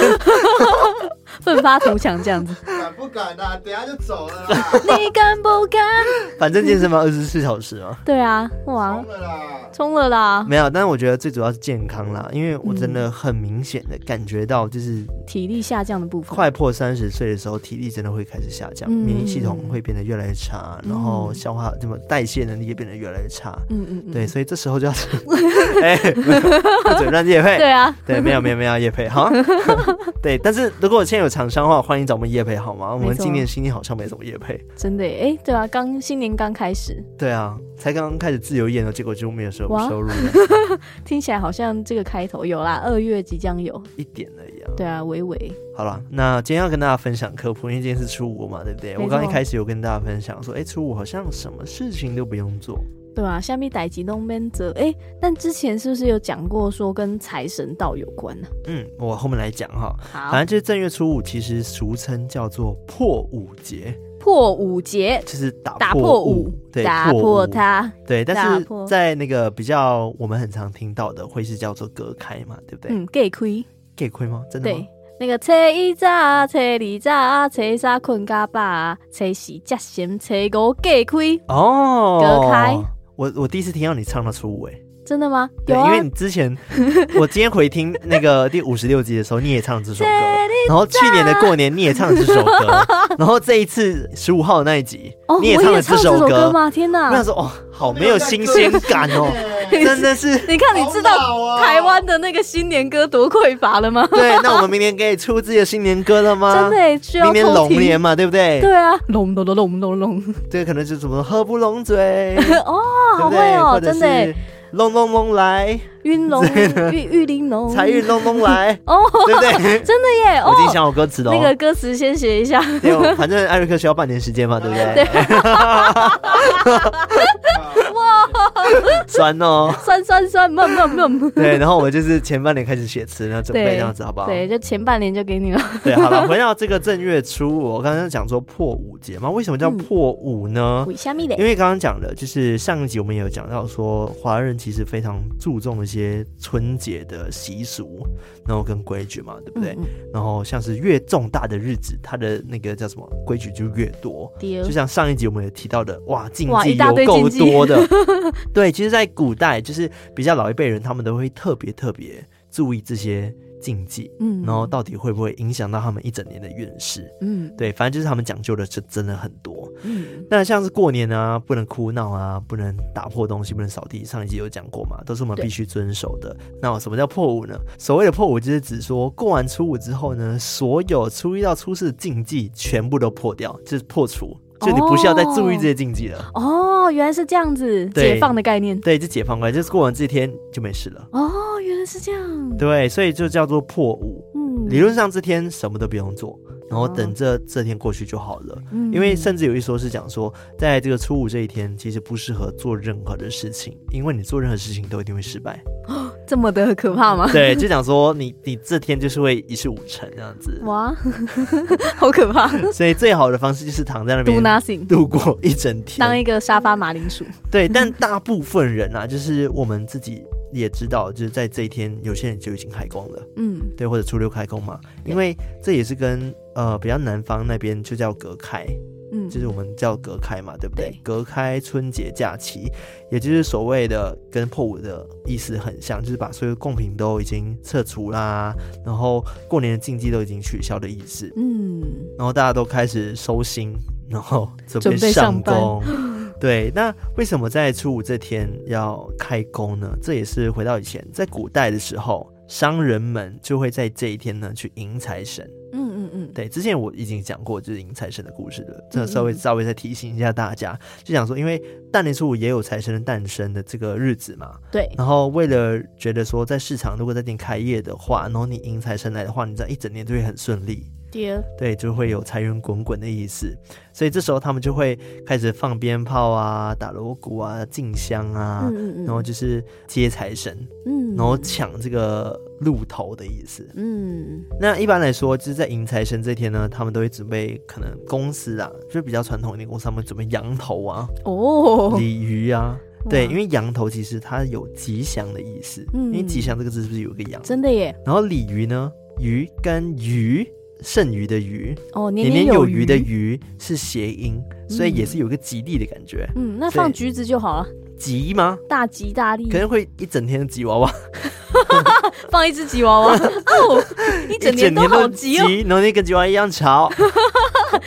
Speaker 2: 奋发图强这样子，
Speaker 3: 敢不敢啊？等下就走了啦，
Speaker 2: 你敢不敢？
Speaker 1: 反正健身房二十四小时嘛，
Speaker 2: 对啊，哇
Speaker 3: 疯，了啦！
Speaker 2: 冲了啦，
Speaker 1: 没有。但是我觉得最主要是健康啦，因为我真的很明显的感觉到，就是
Speaker 2: 体力下降的部分，
Speaker 1: 快破三十岁的时候，体力真的会开始下降，
Speaker 2: 嗯
Speaker 1: 免疫系统会变得越来越差，然后消化什么代谢能力也变得越来越差。
Speaker 2: 嗯嗯嗯，
Speaker 1: 对，所以这时候就要， 哎、不准乱夜配。
Speaker 2: 对啊，
Speaker 1: 对，没有没有没有叶配哈。 对，但是如果现在有厂商的话，欢迎找我们叶配好吗？我们
Speaker 2: 没错
Speaker 1: 今年新年好像没什么叶配。
Speaker 2: 真的耶，哎、对啊，刚新年刚开始，
Speaker 1: 对啊，才刚刚开始自由业呢，结果就没有收
Speaker 2: 哇
Speaker 1: 收入了，
Speaker 2: 听起来好像这个开头有啦，二月即将有，
Speaker 1: 一点而 已啊。
Speaker 2: 对啊，微微，
Speaker 1: 好了，那今天要跟大家分享科普，因为今天是初五嘛，对不对？
Speaker 2: 没错
Speaker 1: 我刚一开始有跟大家分享说，哎、初五好像什么事情都不用做。
Speaker 2: 对啊，下面逮吉东边泽，哎、但之前是不是有讲过说跟财神到有关呢、
Speaker 1: 嗯，我后面来讲哈。
Speaker 2: 好，
Speaker 1: 反正就是正月初五，其实俗称叫做破五节，
Speaker 2: 破五节，
Speaker 1: 就是打
Speaker 2: 打
Speaker 1: 破
Speaker 2: 破五，
Speaker 1: 对，
Speaker 2: 打
Speaker 1: 破
Speaker 2: 破
Speaker 1: 五
Speaker 2: 它，
Speaker 1: 对，但
Speaker 2: 打
Speaker 1: 是
Speaker 2: 破
Speaker 1: 在那个比较我们很常听到的，会是叫做隔开嘛，对嗯不对？
Speaker 2: 嗯，给亏，
Speaker 1: 给亏吗？真的吗
Speaker 2: 对？，那个初一早，初二早，初三困加饱，初四食咸，初五给亏，
Speaker 1: 哦，
Speaker 2: 隔开。
Speaker 1: 我我第一次听到你唱到初五哎，
Speaker 2: 真的吗？
Speaker 1: 对，
Speaker 2: 有
Speaker 1: 因
Speaker 2: 啊
Speaker 1: 为，你之 前，我今天回听那个第五十六集的时候，你也唱了这首歌，然后去年的过年你也唱了这首歌， 然后这一次十五号的那一集，
Speaker 2: 哦，我
Speaker 1: 你也
Speaker 2: 也
Speaker 1: 唱了
Speaker 2: 唱
Speaker 1: 首
Speaker 2: 首
Speaker 1: 歌？
Speaker 2: 吗？天
Speaker 1: 我想
Speaker 2: 哪！
Speaker 1: 说哦，好没有新鲜感 哦，真的是。
Speaker 2: 你看， 你知道
Speaker 3: 好老哦
Speaker 2: 台湾的那个新年歌多匮乏了吗？
Speaker 1: 对，那我们明年可以出自己的新年歌了吗？
Speaker 2: 真的耶需要
Speaker 1: 啊明年
Speaker 2: 偷
Speaker 1: 龙
Speaker 2: 听。
Speaker 1: 年嘛，对不对？
Speaker 2: 对啊，龙龙龙龙 龙龙，
Speaker 1: 对，可能是什么合不拢嘴，
Speaker 2: 哦，
Speaker 1: 对不
Speaker 2: 好
Speaker 1: 对？
Speaker 2: 会
Speaker 1: 或
Speaker 2: 哦，
Speaker 1: 者
Speaker 2: 真的耶
Speaker 1: 是，拢拢拢来，
Speaker 2: 晕龙玉玉玲珑，
Speaker 1: 财运拢拢来，
Speaker 2: 哦，
Speaker 1: 对不对？
Speaker 2: 真的耶，
Speaker 1: 我
Speaker 2: 哦
Speaker 1: 已，经想好歌词了、哦。
Speaker 2: 那个歌词先写一下，
Speaker 1: 对，我反正艾瑞克需要半年时间嘛，对不对？
Speaker 3: 对
Speaker 1: 酸哦。
Speaker 2: 酸酸酸，闷闷 闷。
Speaker 1: 对，然后我就是前半年开始写词，然后准备
Speaker 2: 对
Speaker 1: 这样子，好不好？
Speaker 2: 对，就前半年就给你了。
Speaker 1: 对好了，回到这个正月初五，我刚刚讲说破五节嘛，为什么叫
Speaker 2: 嗯
Speaker 1: 破五呢？
Speaker 2: 为虾米
Speaker 1: 因
Speaker 2: 嘞？
Speaker 1: 为刚刚讲的，就是上一集我们也有讲到说，华人其实非常注重一些春节的习俗，然后跟规矩嘛，对不对？
Speaker 2: 嗯嗯
Speaker 1: 然后像是越重大的日子，它的那个叫什么规矩就越多。
Speaker 2: 对
Speaker 1: 就像上一集我们也提到的，哇，禁
Speaker 2: 哇
Speaker 1: 忌
Speaker 2: 一大
Speaker 1: 有
Speaker 2: 堆
Speaker 1: 够
Speaker 2: 禁忌
Speaker 1: 多 的。对，其实，在古代就是比较老一辈人，他们都会特别特别注意这些禁忌，
Speaker 2: 嗯，
Speaker 1: 然后到底会不会影响到他们一整年的运势？
Speaker 2: 嗯
Speaker 1: 对，反正就是他们讲究的是真的很多。
Speaker 2: 嗯
Speaker 1: 那像是过年啊，不能哭闹啊，不能打破东西，不能扫地。上一集有讲过嘛，都是我们
Speaker 2: 对
Speaker 1: 必须遵守的。那什么叫破五呢？所谓的破五，就是指说过完初五之后呢，所有初一到初四的禁忌全部都破掉，就是破除，就你不需要再注意这些禁忌了。
Speaker 2: 哦，原来是这样子，
Speaker 1: 对
Speaker 2: 解放的概念
Speaker 1: 对，就解放关，就是过完这天就没事了。
Speaker 2: 哦，原来是这样，
Speaker 1: 对，所以就叫做破五。
Speaker 2: 嗯
Speaker 1: 理论上这天什么都不用做，然后等这这天过去就好了。
Speaker 2: 嗯
Speaker 1: 因为甚至有一说是讲说，在这个初五这一天，其实不适合做任何的事情，因为你做任何事情都一定会失败。
Speaker 2: 这么的可怕吗？
Speaker 1: 对，就讲说你你这天就是会一事无成这样子，
Speaker 2: 哇， 好可怕
Speaker 1: 所以最好的方式就是躺在那
Speaker 2: ，do
Speaker 1: 边
Speaker 2: nothing，
Speaker 1: 度过一整天。
Speaker 2: 当一个嗯沙发马铃薯，
Speaker 1: 对，但大部分人啊，就是我们自己也知道，就是在这一天，有些人就已经开工了。
Speaker 2: 嗯
Speaker 1: 对，或者初六开工嘛，因为这也是跟呃比较南方那边就叫隔开，
Speaker 2: 嗯，
Speaker 1: 就是我们叫隔开嘛，对不对？
Speaker 2: 对
Speaker 1: 隔开春节假期，也就是所谓的跟破五的意思很像，就是把所有贡品都已经撤除啦，然后过年的禁忌都已经取消的意思，
Speaker 2: 嗯。
Speaker 1: 然后大家都开始收心，然后准备
Speaker 2: 准备上
Speaker 1: 上
Speaker 2: 班
Speaker 1: 工。 对，那为什么在初五这天要开工呢？这也是回到以前，在古代的时候，商人们就会在这一天呢去迎财神。
Speaker 2: 嗯嗯嗯，
Speaker 1: 对，之前我已经讲过就是迎财神的故事了，
Speaker 2: 嗯
Speaker 1: 这
Speaker 2: 嗯
Speaker 1: 稍微稍微再提醒一下大家，就想说，因为大年初五也有财神的诞生的这个日子嘛，
Speaker 2: 对，
Speaker 1: 然后为了觉得说在市场如果在店开业的话，然后你迎财神来的话，你这样一整年就会很顺利。
Speaker 2: 爹，
Speaker 1: 对，就会有财源滚滚的意思。所以这时候他们就会开始放鞭炮啊、打锣鼓啊、进香啊，
Speaker 2: 嗯嗯嗯，
Speaker 1: 然后就是接财神，
Speaker 2: 嗯，
Speaker 1: 然后抢这个路头的意思。
Speaker 2: 嗯
Speaker 1: 那一般来说，就是在迎财神这天呢，他们都会准备可能公司啊，就比较传统一点公司，他们准备羊头啊、
Speaker 2: 哦，
Speaker 1: 鲤鱼啊。对，
Speaker 2: 哇
Speaker 1: 因为羊头其实它有吉祥的意思，因为吉
Speaker 2: 嗯
Speaker 1: 祥这个字是不是有一个羊？
Speaker 2: 真的耶，
Speaker 1: 然后鲤鱼呢，鱼跟鱼，剩余的鱼，
Speaker 2: 哦，年
Speaker 1: 年年有
Speaker 2: 有
Speaker 1: 余的，余是谐音，所以也是有个吉利的感觉。
Speaker 2: 嗯，那放
Speaker 1: 对
Speaker 2: 橘子就好了，
Speaker 1: 吉吗？
Speaker 2: 大吉大利
Speaker 1: 可，能会一整天吉娃娃，
Speaker 2: 放一只吉 娃娃，哦，一整年都好
Speaker 1: 都
Speaker 2: 吉哦，
Speaker 1: 然后那跟吉娃娃一样吵。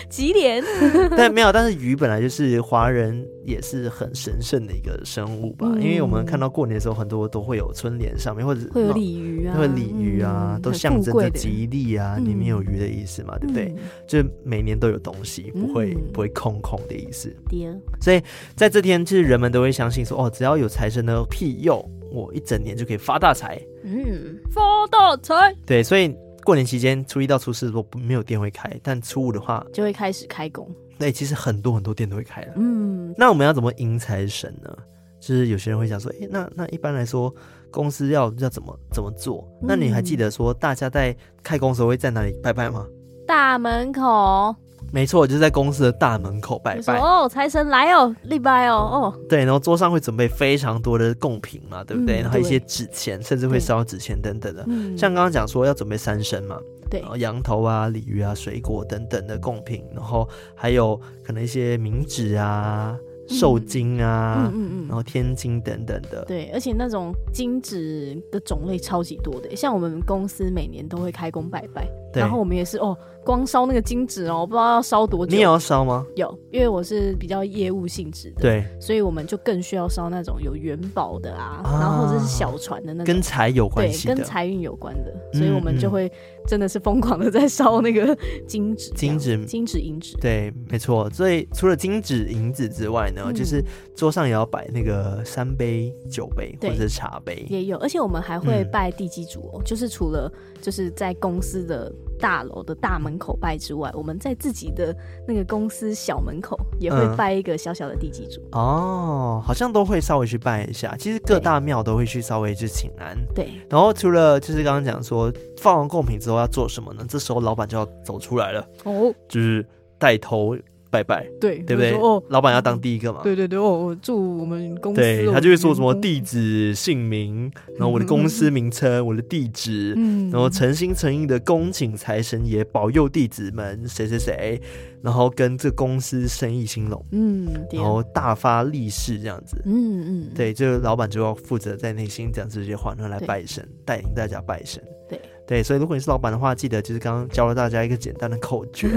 Speaker 2: 吉连，
Speaker 1: 但没有，但是鱼本来就是华人也是很神圣的一个生物吧，
Speaker 2: 嗯
Speaker 1: 因为我们看到过年的时候，很多都会有春联上面或者
Speaker 2: 会有。鲤鱼 啊，
Speaker 1: 会有鲤鱼啊，
Speaker 2: 嗯
Speaker 1: 都
Speaker 2: 很
Speaker 1: 象
Speaker 2: 富
Speaker 1: 征
Speaker 2: 贵
Speaker 1: 着
Speaker 2: 的
Speaker 1: 吉利啊，
Speaker 2: 嗯
Speaker 1: 里面有鱼的意思嘛，对不对？？
Speaker 2: 嗯
Speaker 1: 就是每年都有东西，不会
Speaker 2: 嗯
Speaker 1: 不会空空的意思。
Speaker 2: 爹，
Speaker 1: 所以在这天，其实人们都会相信说，哦，只要有财神的庇佑，我一整年就可以发大财。
Speaker 2: 嗯，发大财
Speaker 1: 对，所以过年期间，初一到初四都不没有店会开，但初五的话，
Speaker 2: 就会开始开工，
Speaker 1: 对，其实很多很多店都会开了。
Speaker 2: 嗯
Speaker 1: 那我们要怎么迎财神呢？就是有些人会想说，诶，那那一般来说，公司要要怎么怎么做？那你还记得说大家在开工的时候会在哪里拜拜吗？
Speaker 2: 大门口，
Speaker 1: 没错，就是在公司的大门口拜
Speaker 2: 就说
Speaker 1: 拜。
Speaker 2: 哦，财神来哦，礼拜哦，哦，
Speaker 1: 对，然后桌上会准备非常多的贡品嘛，对不对？
Speaker 2: 嗯
Speaker 1: 然后一
Speaker 2: 对
Speaker 1: 些纸钱，甚至会
Speaker 2: 对
Speaker 1: 烧纸钱等等的。
Speaker 2: 嗯，
Speaker 1: 像刚刚讲说要准备三牲嘛，
Speaker 2: 对
Speaker 1: 然，后羊头啊、鲤鱼啊、水果等等的贡品，然后还有可能一些冥纸啊、寿金啊
Speaker 2: 嗯，嗯
Speaker 1: 然
Speaker 2: 嗯。
Speaker 1: 后天金等等的。
Speaker 2: 对，而且那种金纸的种类超级多的，像我们公司每年都会开工拜拜，
Speaker 1: 对
Speaker 2: 然后我们也是哦，光烧那个金纸哦，不知道要烧多久。
Speaker 1: 你也要烧吗？
Speaker 2: 有，因为我是比较业务性质的，，
Speaker 1: 对，
Speaker 2: 所以我们就更需要烧那种有元宝的啊，
Speaker 1: 啊
Speaker 2: 然后或者是小船的那种
Speaker 1: 跟，财有关
Speaker 2: 对，
Speaker 1: 系
Speaker 2: 跟
Speaker 1: 的。
Speaker 2: 财运有关的，
Speaker 1: 嗯
Speaker 2: 所以我们就会真的是疯狂的在烧那个金纸这
Speaker 1: 金
Speaker 2: 样、
Speaker 1: 纸
Speaker 2: 金纸、银纸，
Speaker 1: 对，没错。所以除了金纸、银纸之外呢，
Speaker 2: 嗯
Speaker 1: 就是桌上也要摆那个三杯、酒杯或
Speaker 2: 对
Speaker 1: 者是茶杯。
Speaker 2: 也有，而且我们还会
Speaker 1: 嗯
Speaker 2: 拜地基主哦，就是除了就是在公司的大楼的大门口拜之外，我们在自己的那个公司小门口也会
Speaker 1: 嗯
Speaker 2: 拜一个小小的地基主。
Speaker 1: 哦，好像都会稍微去拜一下。其实各
Speaker 2: 对
Speaker 1: 大庙都会去稍微去请安。
Speaker 2: 对，
Speaker 1: 然后除了就是刚刚讲说放完贡品之后要做什么呢？这时候老板就要走出来了，
Speaker 2: 哦，
Speaker 1: 就是带头拜拜，
Speaker 2: 对，
Speaker 1: 对不对？
Speaker 2: 就说哦，
Speaker 1: 老板要当第一个嘛。
Speaker 2: 对对对，哦，我祝我们公司，
Speaker 1: 对
Speaker 2: 我
Speaker 1: 他
Speaker 2: 们
Speaker 1: 就会说什么
Speaker 2: 员工，
Speaker 1: 地址、姓名，然后我的公司名称、我的地址，
Speaker 2: 嗯
Speaker 1: 然后诚心诚意的恭请财神爷保佑弟子们谁谁谁，然后跟这公司生意兴隆，
Speaker 2: 嗯，对
Speaker 1: 然
Speaker 2: 啊
Speaker 1: 后大发利市这样子。
Speaker 2: 嗯嗯，
Speaker 1: 对，就老板就要负责在内心讲这些话，然后来
Speaker 2: 对
Speaker 1: 拜神，带领大家拜神。
Speaker 2: 对
Speaker 1: 对，所以如果你是老板的话，记得就是刚刚教了大家一个简单的口 诀，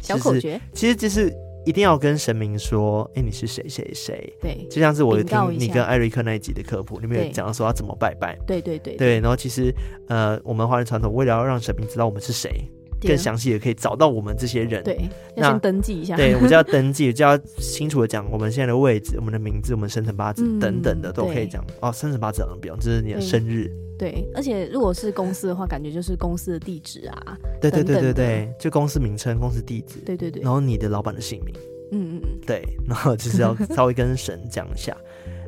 Speaker 2: 小口诀，
Speaker 1: 其实就是一定要跟神明说，哎、你是谁谁谁。
Speaker 2: 对
Speaker 1: 就像是我有
Speaker 2: 禀告
Speaker 1: 听
Speaker 2: 一
Speaker 1: 你
Speaker 2: 下
Speaker 1: 跟艾瑞克那一集的科普，里面有
Speaker 2: 对
Speaker 1: 讲到说要怎么拜拜。
Speaker 2: 对对对
Speaker 1: 对，然后其实呃，我们华人传统为了要让神明知道我们是谁，
Speaker 2: 对
Speaker 1: 更详细的可以找到我们这些人。
Speaker 2: 啊对，
Speaker 1: 那
Speaker 2: 要先登记一下，
Speaker 1: 对，我们就要登记，就要清楚的讲我们现在的位置、我们的名字、我们生辰八字
Speaker 2: 嗯
Speaker 1: 等等的都可以
Speaker 2: 对
Speaker 1: 讲。哦，生辰八字好像不用，这是你的生日。
Speaker 2: 对，而且如果是公司的话，感觉就是公司的地址啊，
Speaker 1: 对对
Speaker 2: 等
Speaker 1: 对对
Speaker 2: 等的
Speaker 1: 对，就公司名称、公司地址，
Speaker 2: 对对对，
Speaker 1: 然后你的老板的姓名。
Speaker 2: 嗯嗯嗯，
Speaker 1: 对，然后就是 要稍微跟神讲一下。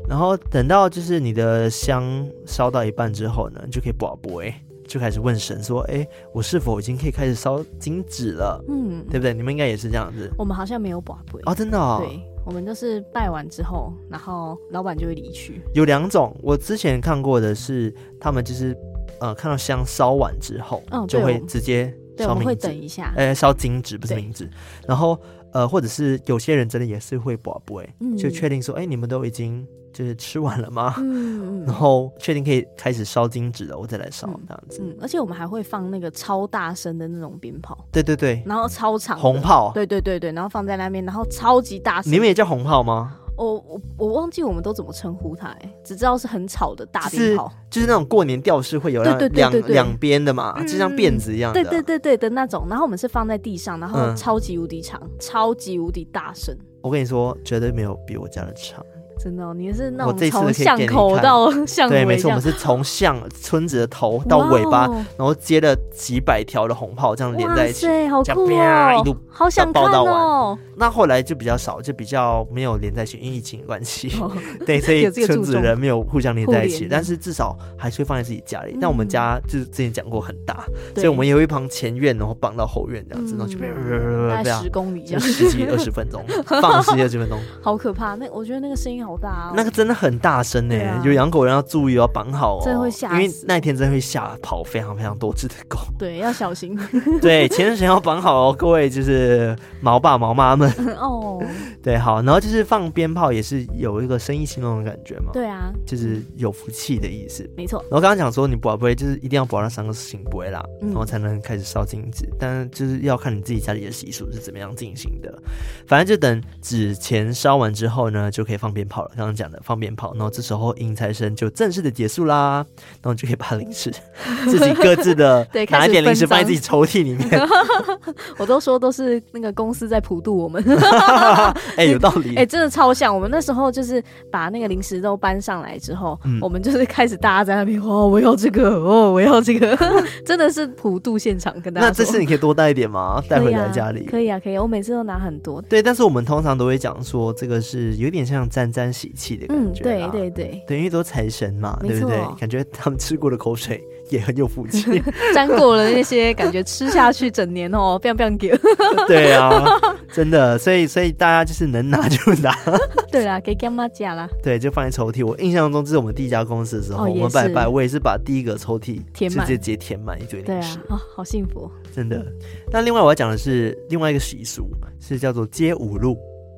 Speaker 1: 然后等到就是你的香烧到一半之后呢，你就可以卜卜哎，就开始问神说：“哎，我是否已经可以开始烧金纸了？
Speaker 2: 嗯，
Speaker 1: 对不对？你们应该也是这样子
Speaker 2: 我们好像没有保贵，
Speaker 1: 哦，真的哦。
Speaker 2: 对，我们都是拜完之后，然后老板就会离去，
Speaker 1: 有两种，我之前看过的是他们就是呃看到香烧完之后，
Speaker 2: 嗯
Speaker 1: 就
Speaker 2: 对
Speaker 1: 会
Speaker 2: 我们
Speaker 1: 直接
Speaker 2: 对，
Speaker 1: 烧
Speaker 2: 我们会
Speaker 1: 冥
Speaker 2: 等
Speaker 1: 纸，
Speaker 2: 一下，
Speaker 1: 呃，烧金纸不是
Speaker 2: 对
Speaker 1: 冥纸，然后呃或者是有些人真的也是会卜卜哎，
Speaker 2: 嗯
Speaker 1: 就确定说哎你们都已经就是吃完了吗？
Speaker 2: 嗯嗯
Speaker 1: 然
Speaker 2: 嗯
Speaker 1: 后确定可以开始烧金纸了，我再来烧
Speaker 2: 嗯
Speaker 1: 这样子。
Speaker 2: 嗯，而且我们还会放那个超大声的那种鞭炮，
Speaker 1: 对对对，
Speaker 2: 然后超长的
Speaker 1: 红，炮，
Speaker 2: 嗯对对对对，然后放在那边，然后超级大声
Speaker 1: 你，们也叫红炮吗？
Speaker 2: 我我我忘记我们都怎么称呼它、欸，只知道是很吵的大
Speaker 1: 就是
Speaker 2: 鞭炮，
Speaker 1: 就是那种过年吊饰会有
Speaker 2: 对
Speaker 1: 那
Speaker 2: 对对
Speaker 1: 两
Speaker 2: 对对
Speaker 1: 两边的嘛，
Speaker 2: 嗯
Speaker 1: 就像辫子一样的。啊
Speaker 2: 对对对对的那种，然后我们是放在地上，然后
Speaker 1: 嗯
Speaker 2: 超级无敌长，超级无敌大声。
Speaker 1: 我跟你说，绝对没有比我家的长。
Speaker 2: 真的、哦，你是那
Speaker 1: 我这
Speaker 2: 种
Speaker 1: 一次可以给
Speaker 2: 从巷
Speaker 1: 你
Speaker 2: 口
Speaker 1: 看
Speaker 2: 到巷
Speaker 1: 对，
Speaker 2: 尾
Speaker 1: 没
Speaker 2: 这
Speaker 1: 错，我
Speaker 2: 样
Speaker 1: 们，是从像村子的头到尾巴，
Speaker 2: 哇哦
Speaker 1: 然后接了几百条的红炮，这样连
Speaker 2: 哇
Speaker 1: 在一起。
Speaker 2: 塞，好
Speaker 1: 这样
Speaker 2: 酷
Speaker 1: 啪一
Speaker 2: 哦
Speaker 1: 路！
Speaker 2: 好想
Speaker 1: 到
Speaker 2: 看
Speaker 1: 到
Speaker 2: 哦，
Speaker 1: 那后来就比较少，就比较没有连在一起，因为疫情关系。
Speaker 2: 哦
Speaker 1: 对，所以
Speaker 2: 有这个
Speaker 1: 村
Speaker 2: 注
Speaker 1: 子
Speaker 2: 重
Speaker 1: 人没有互相连在一
Speaker 2: 互
Speaker 1: 起，
Speaker 2: 联
Speaker 1: 但是至少还是会放在自己家里。但我们
Speaker 2: 嗯
Speaker 1: 家就是之前讲过很大，所
Speaker 2: 对嗯
Speaker 1: 以我们也会帮前院，然后绑到后院这样子，然后就呃啪啪啪啪啪
Speaker 2: 大
Speaker 1: 这
Speaker 2: 概
Speaker 1: 样
Speaker 2: 十，公里这
Speaker 1: 就
Speaker 2: 样，
Speaker 1: 十 几呃二十分钟，放十几二十分钟，
Speaker 2: 好可怕。那我觉得那个声 音好大哦，
Speaker 1: 那个真的很大声呢
Speaker 2: 对啊。
Speaker 1: 有养狗人要注意哦，绑好哦，
Speaker 2: 真的会吓
Speaker 1: 因为
Speaker 2: 死
Speaker 1: 那一天真的会吓跑非常非常多只的狗。
Speaker 2: 对要小心
Speaker 1: 对，前任神要绑好哦，各 位就是毛爸毛妈 们。
Speaker 2: 哦。
Speaker 1: 对，好，然后就是放鞭炮也是有一个生意兴隆的感觉嘛，
Speaker 2: 对啊，
Speaker 1: 就是有福气的意思。
Speaker 2: 没错，
Speaker 1: 然后刚刚讲说，你不不会就是一定要保到三个行不会啦，
Speaker 2: 嗯
Speaker 1: 然后才能开始烧金纸。但就是要看你自己家里的习俗是怎么样进行的。反正就等纸钱烧完之后呢，就可以放鞭炮了。刚刚讲的放鞭炮，然后这时候迎财神就正式的结束啦。然后你就可以把零食 自己各自的
Speaker 2: 对
Speaker 1: 拿
Speaker 2: 开
Speaker 1: 一
Speaker 2: 始
Speaker 1: 点零食
Speaker 2: 分
Speaker 1: 放在
Speaker 2: 赃
Speaker 1: 自己抽屉里面。
Speaker 2: 我都说都是那个公司在普渡我们，
Speaker 1: 哎、有道理。
Speaker 2: 哎、真的超像。我们那时候就是把那个零食都搬上来之后，
Speaker 1: 嗯
Speaker 2: 我们就是开始大家在那边哦，我要这个，哦，我要这个， 真的是普渡现场跟大家
Speaker 1: 那
Speaker 2: 说。
Speaker 1: 这次你可以多带一点吗？带回来家里。
Speaker 2: 可啊以啊，可以啊，可以啊我每次都拿很多。
Speaker 1: 对，但是我们通常都会讲说，这个是有点像沾沾喜气的
Speaker 2: 嗯，
Speaker 1: 感觉
Speaker 2: 对
Speaker 1: 啦
Speaker 2: 对对，
Speaker 1: 对，因为都财神嘛，
Speaker 2: 没
Speaker 1: 对不对
Speaker 2: 错？
Speaker 1: 感觉他们吃过的口水也很有福气。
Speaker 2: 沾过了那些，感觉吃下去整年哦， 不要不要给。
Speaker 1: 对啊，真的，所以所以大家就是能拿就拿，
Speaker 2: 对啦，给干妈加啦，
Speaker 1: 对，就放在抽屉。我印象中，这是我们第一家公司的时候，
Speaker 2: 哦
Speaker 1: 我
Speaker 2: 也
Speaker 1: 们拜
Speaker 2: 是
Speaker 1: 拜，我也是把第一个抽屉
Speaker 2: 填满
Speaker 1: 直接直接填满一堆
Speaker 2: 对
Speaker 1: 零食
Speaker 2: 啊，，哦，好幸福哦，
Speaker 1: 真的。那另外我要讲的是另外一个习俗，是叫做接五路，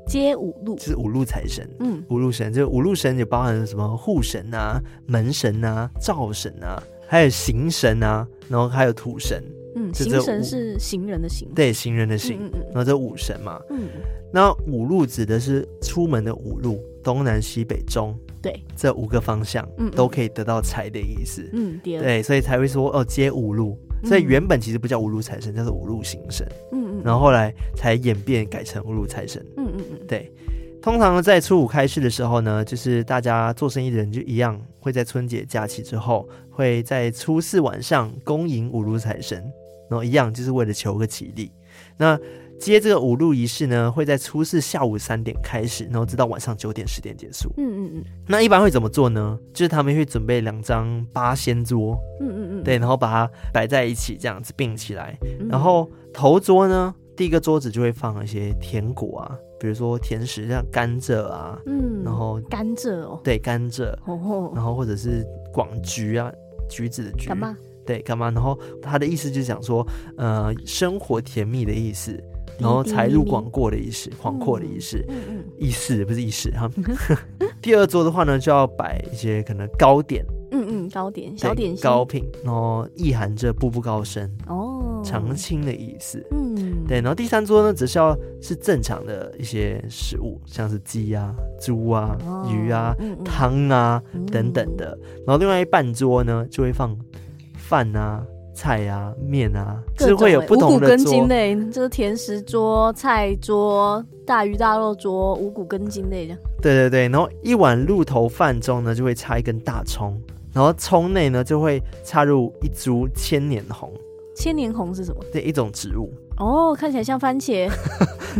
Speaker 2: 街舞路
Speaker 1: 就，是五路财神。
Speaker 2: 嗯，
Speaker 1: 五路神，就五路神也包含了什么护神啊、门神啊、灶神啊，还有行神啊，然后还有土神，
Speaker 2: 嗯，
Speaker 1: 就
Speaker 2: 行
Speaker 1: 这五
Speaker 2: 神是行人的行，
Speaker 1: 对，行人的行，
Speaker 2: 嗯嗯
Speaker 1: 然后这五神嘛，
Speaker 2: 嗯，
Speaker 1: 那五路指的是出门的五路，东南西北中，
Speaker 2: 对，
Speaker 1: 这五个方向
Speaker 2: 嗯嗯
Speaker 1: 都可以得到财的意思。
Speaker 2: 嗯，第二，
Speaker 1: 对，所以才会说哦，接五路。所以
Speaker 2: 嗯
Speaker 1: 原本其实不叫五路财神，叫做五路行神，
Speaker 2: 嗯嗯，
Speaker 1: 然后后来才演变改成五路财神。
Speaker 2: 嗯嗯嗯，
Speaker 1: 对，通常在初五开市的时候呢，就是大家做生意的人就一样，会在春节假期之后，会在初四晚上恭迎五路财神，然后一样就是为了求个吉利。那接这个五路仪式呢，会在初四下午三点开始，然后直到晚上九点十点结束。
Speaker 2: 嗯嗯嗯
Speaker 1: 那一般会怎么做呢？就是他们会准备两张八仙桌，
Speaker 2: 嗯嗯嗯，
Speaker 1: 对，然后把它摆在一起，这样子并起来。
Speaker 2: 嗯，
Speaker 1: 然后头桌呢，第一个桌子就会放一些甜果啊，比如说甜食，像甘蔗啊，
Speaker 2: 嗯，
Speaker 1: 然后
Speaker 2: 甘蔗哦，
Speaker 1: 对甘蔗，
Speaker 2: 哦，
Speaker 1: 然后或者是广橘啊，橘子的橘，
Speaker 2: 干嘛？
Speaker 1: 对干嘛？然后他的意思就是讲说，呃，生活甜蜜的意思，然后财路广阔的意思，广阔的意思。
Speaker 2: 嗯嗯
Speaker 1: 意思不是意思哈。第二桌的话呢，就要摆一些可能糕点，
Speaker 2: 嗯嗯嗯，糕点
Speaker 1: 对
Speaker 2: 小点心
Speaker 1: 高品，然后意含着步步高升、
Speaker 2: 哦，
Speaker 1: 常青的意思。
Speaker 2: 嗯，
Speaker 1: 对，然后第三桌呢，则是要是正常的一些食物，像是鸡啊、猪啊、
Speaker 2: 哦
Speaker 1: 鱼啊、
Speaker 2: 嗯嗯
Speaker 1: 汤啊
Speaker 2: 嗯
Speaker 1: 等等的。然后另外一半桌呢，就会放饭啊、菜啊、面啊，就
Speaker 2: 各
Speaker 1: 是
Speaker 2: 种
Speaker 1: 会有
Speaker 2: 欸
Speaker 1: 不同
Speaker 2: 五谷
Speaker 1: 的
Speaker 2: 根
Speaker 1: 桌
Speaker 2: 茎。类，就是甜食桌、菜桌、大鱼大肉桌、五谷根茎类的。
Speaker 1: 对对对，然后一碗鹿头饭中呢，就会插一根大葱，然后葱内呢就会插入一株千年红
Speaker 2: 千年红是什么？
Speaker 1: 这一种植物，
Speaker 2: 哦，看起来像番茄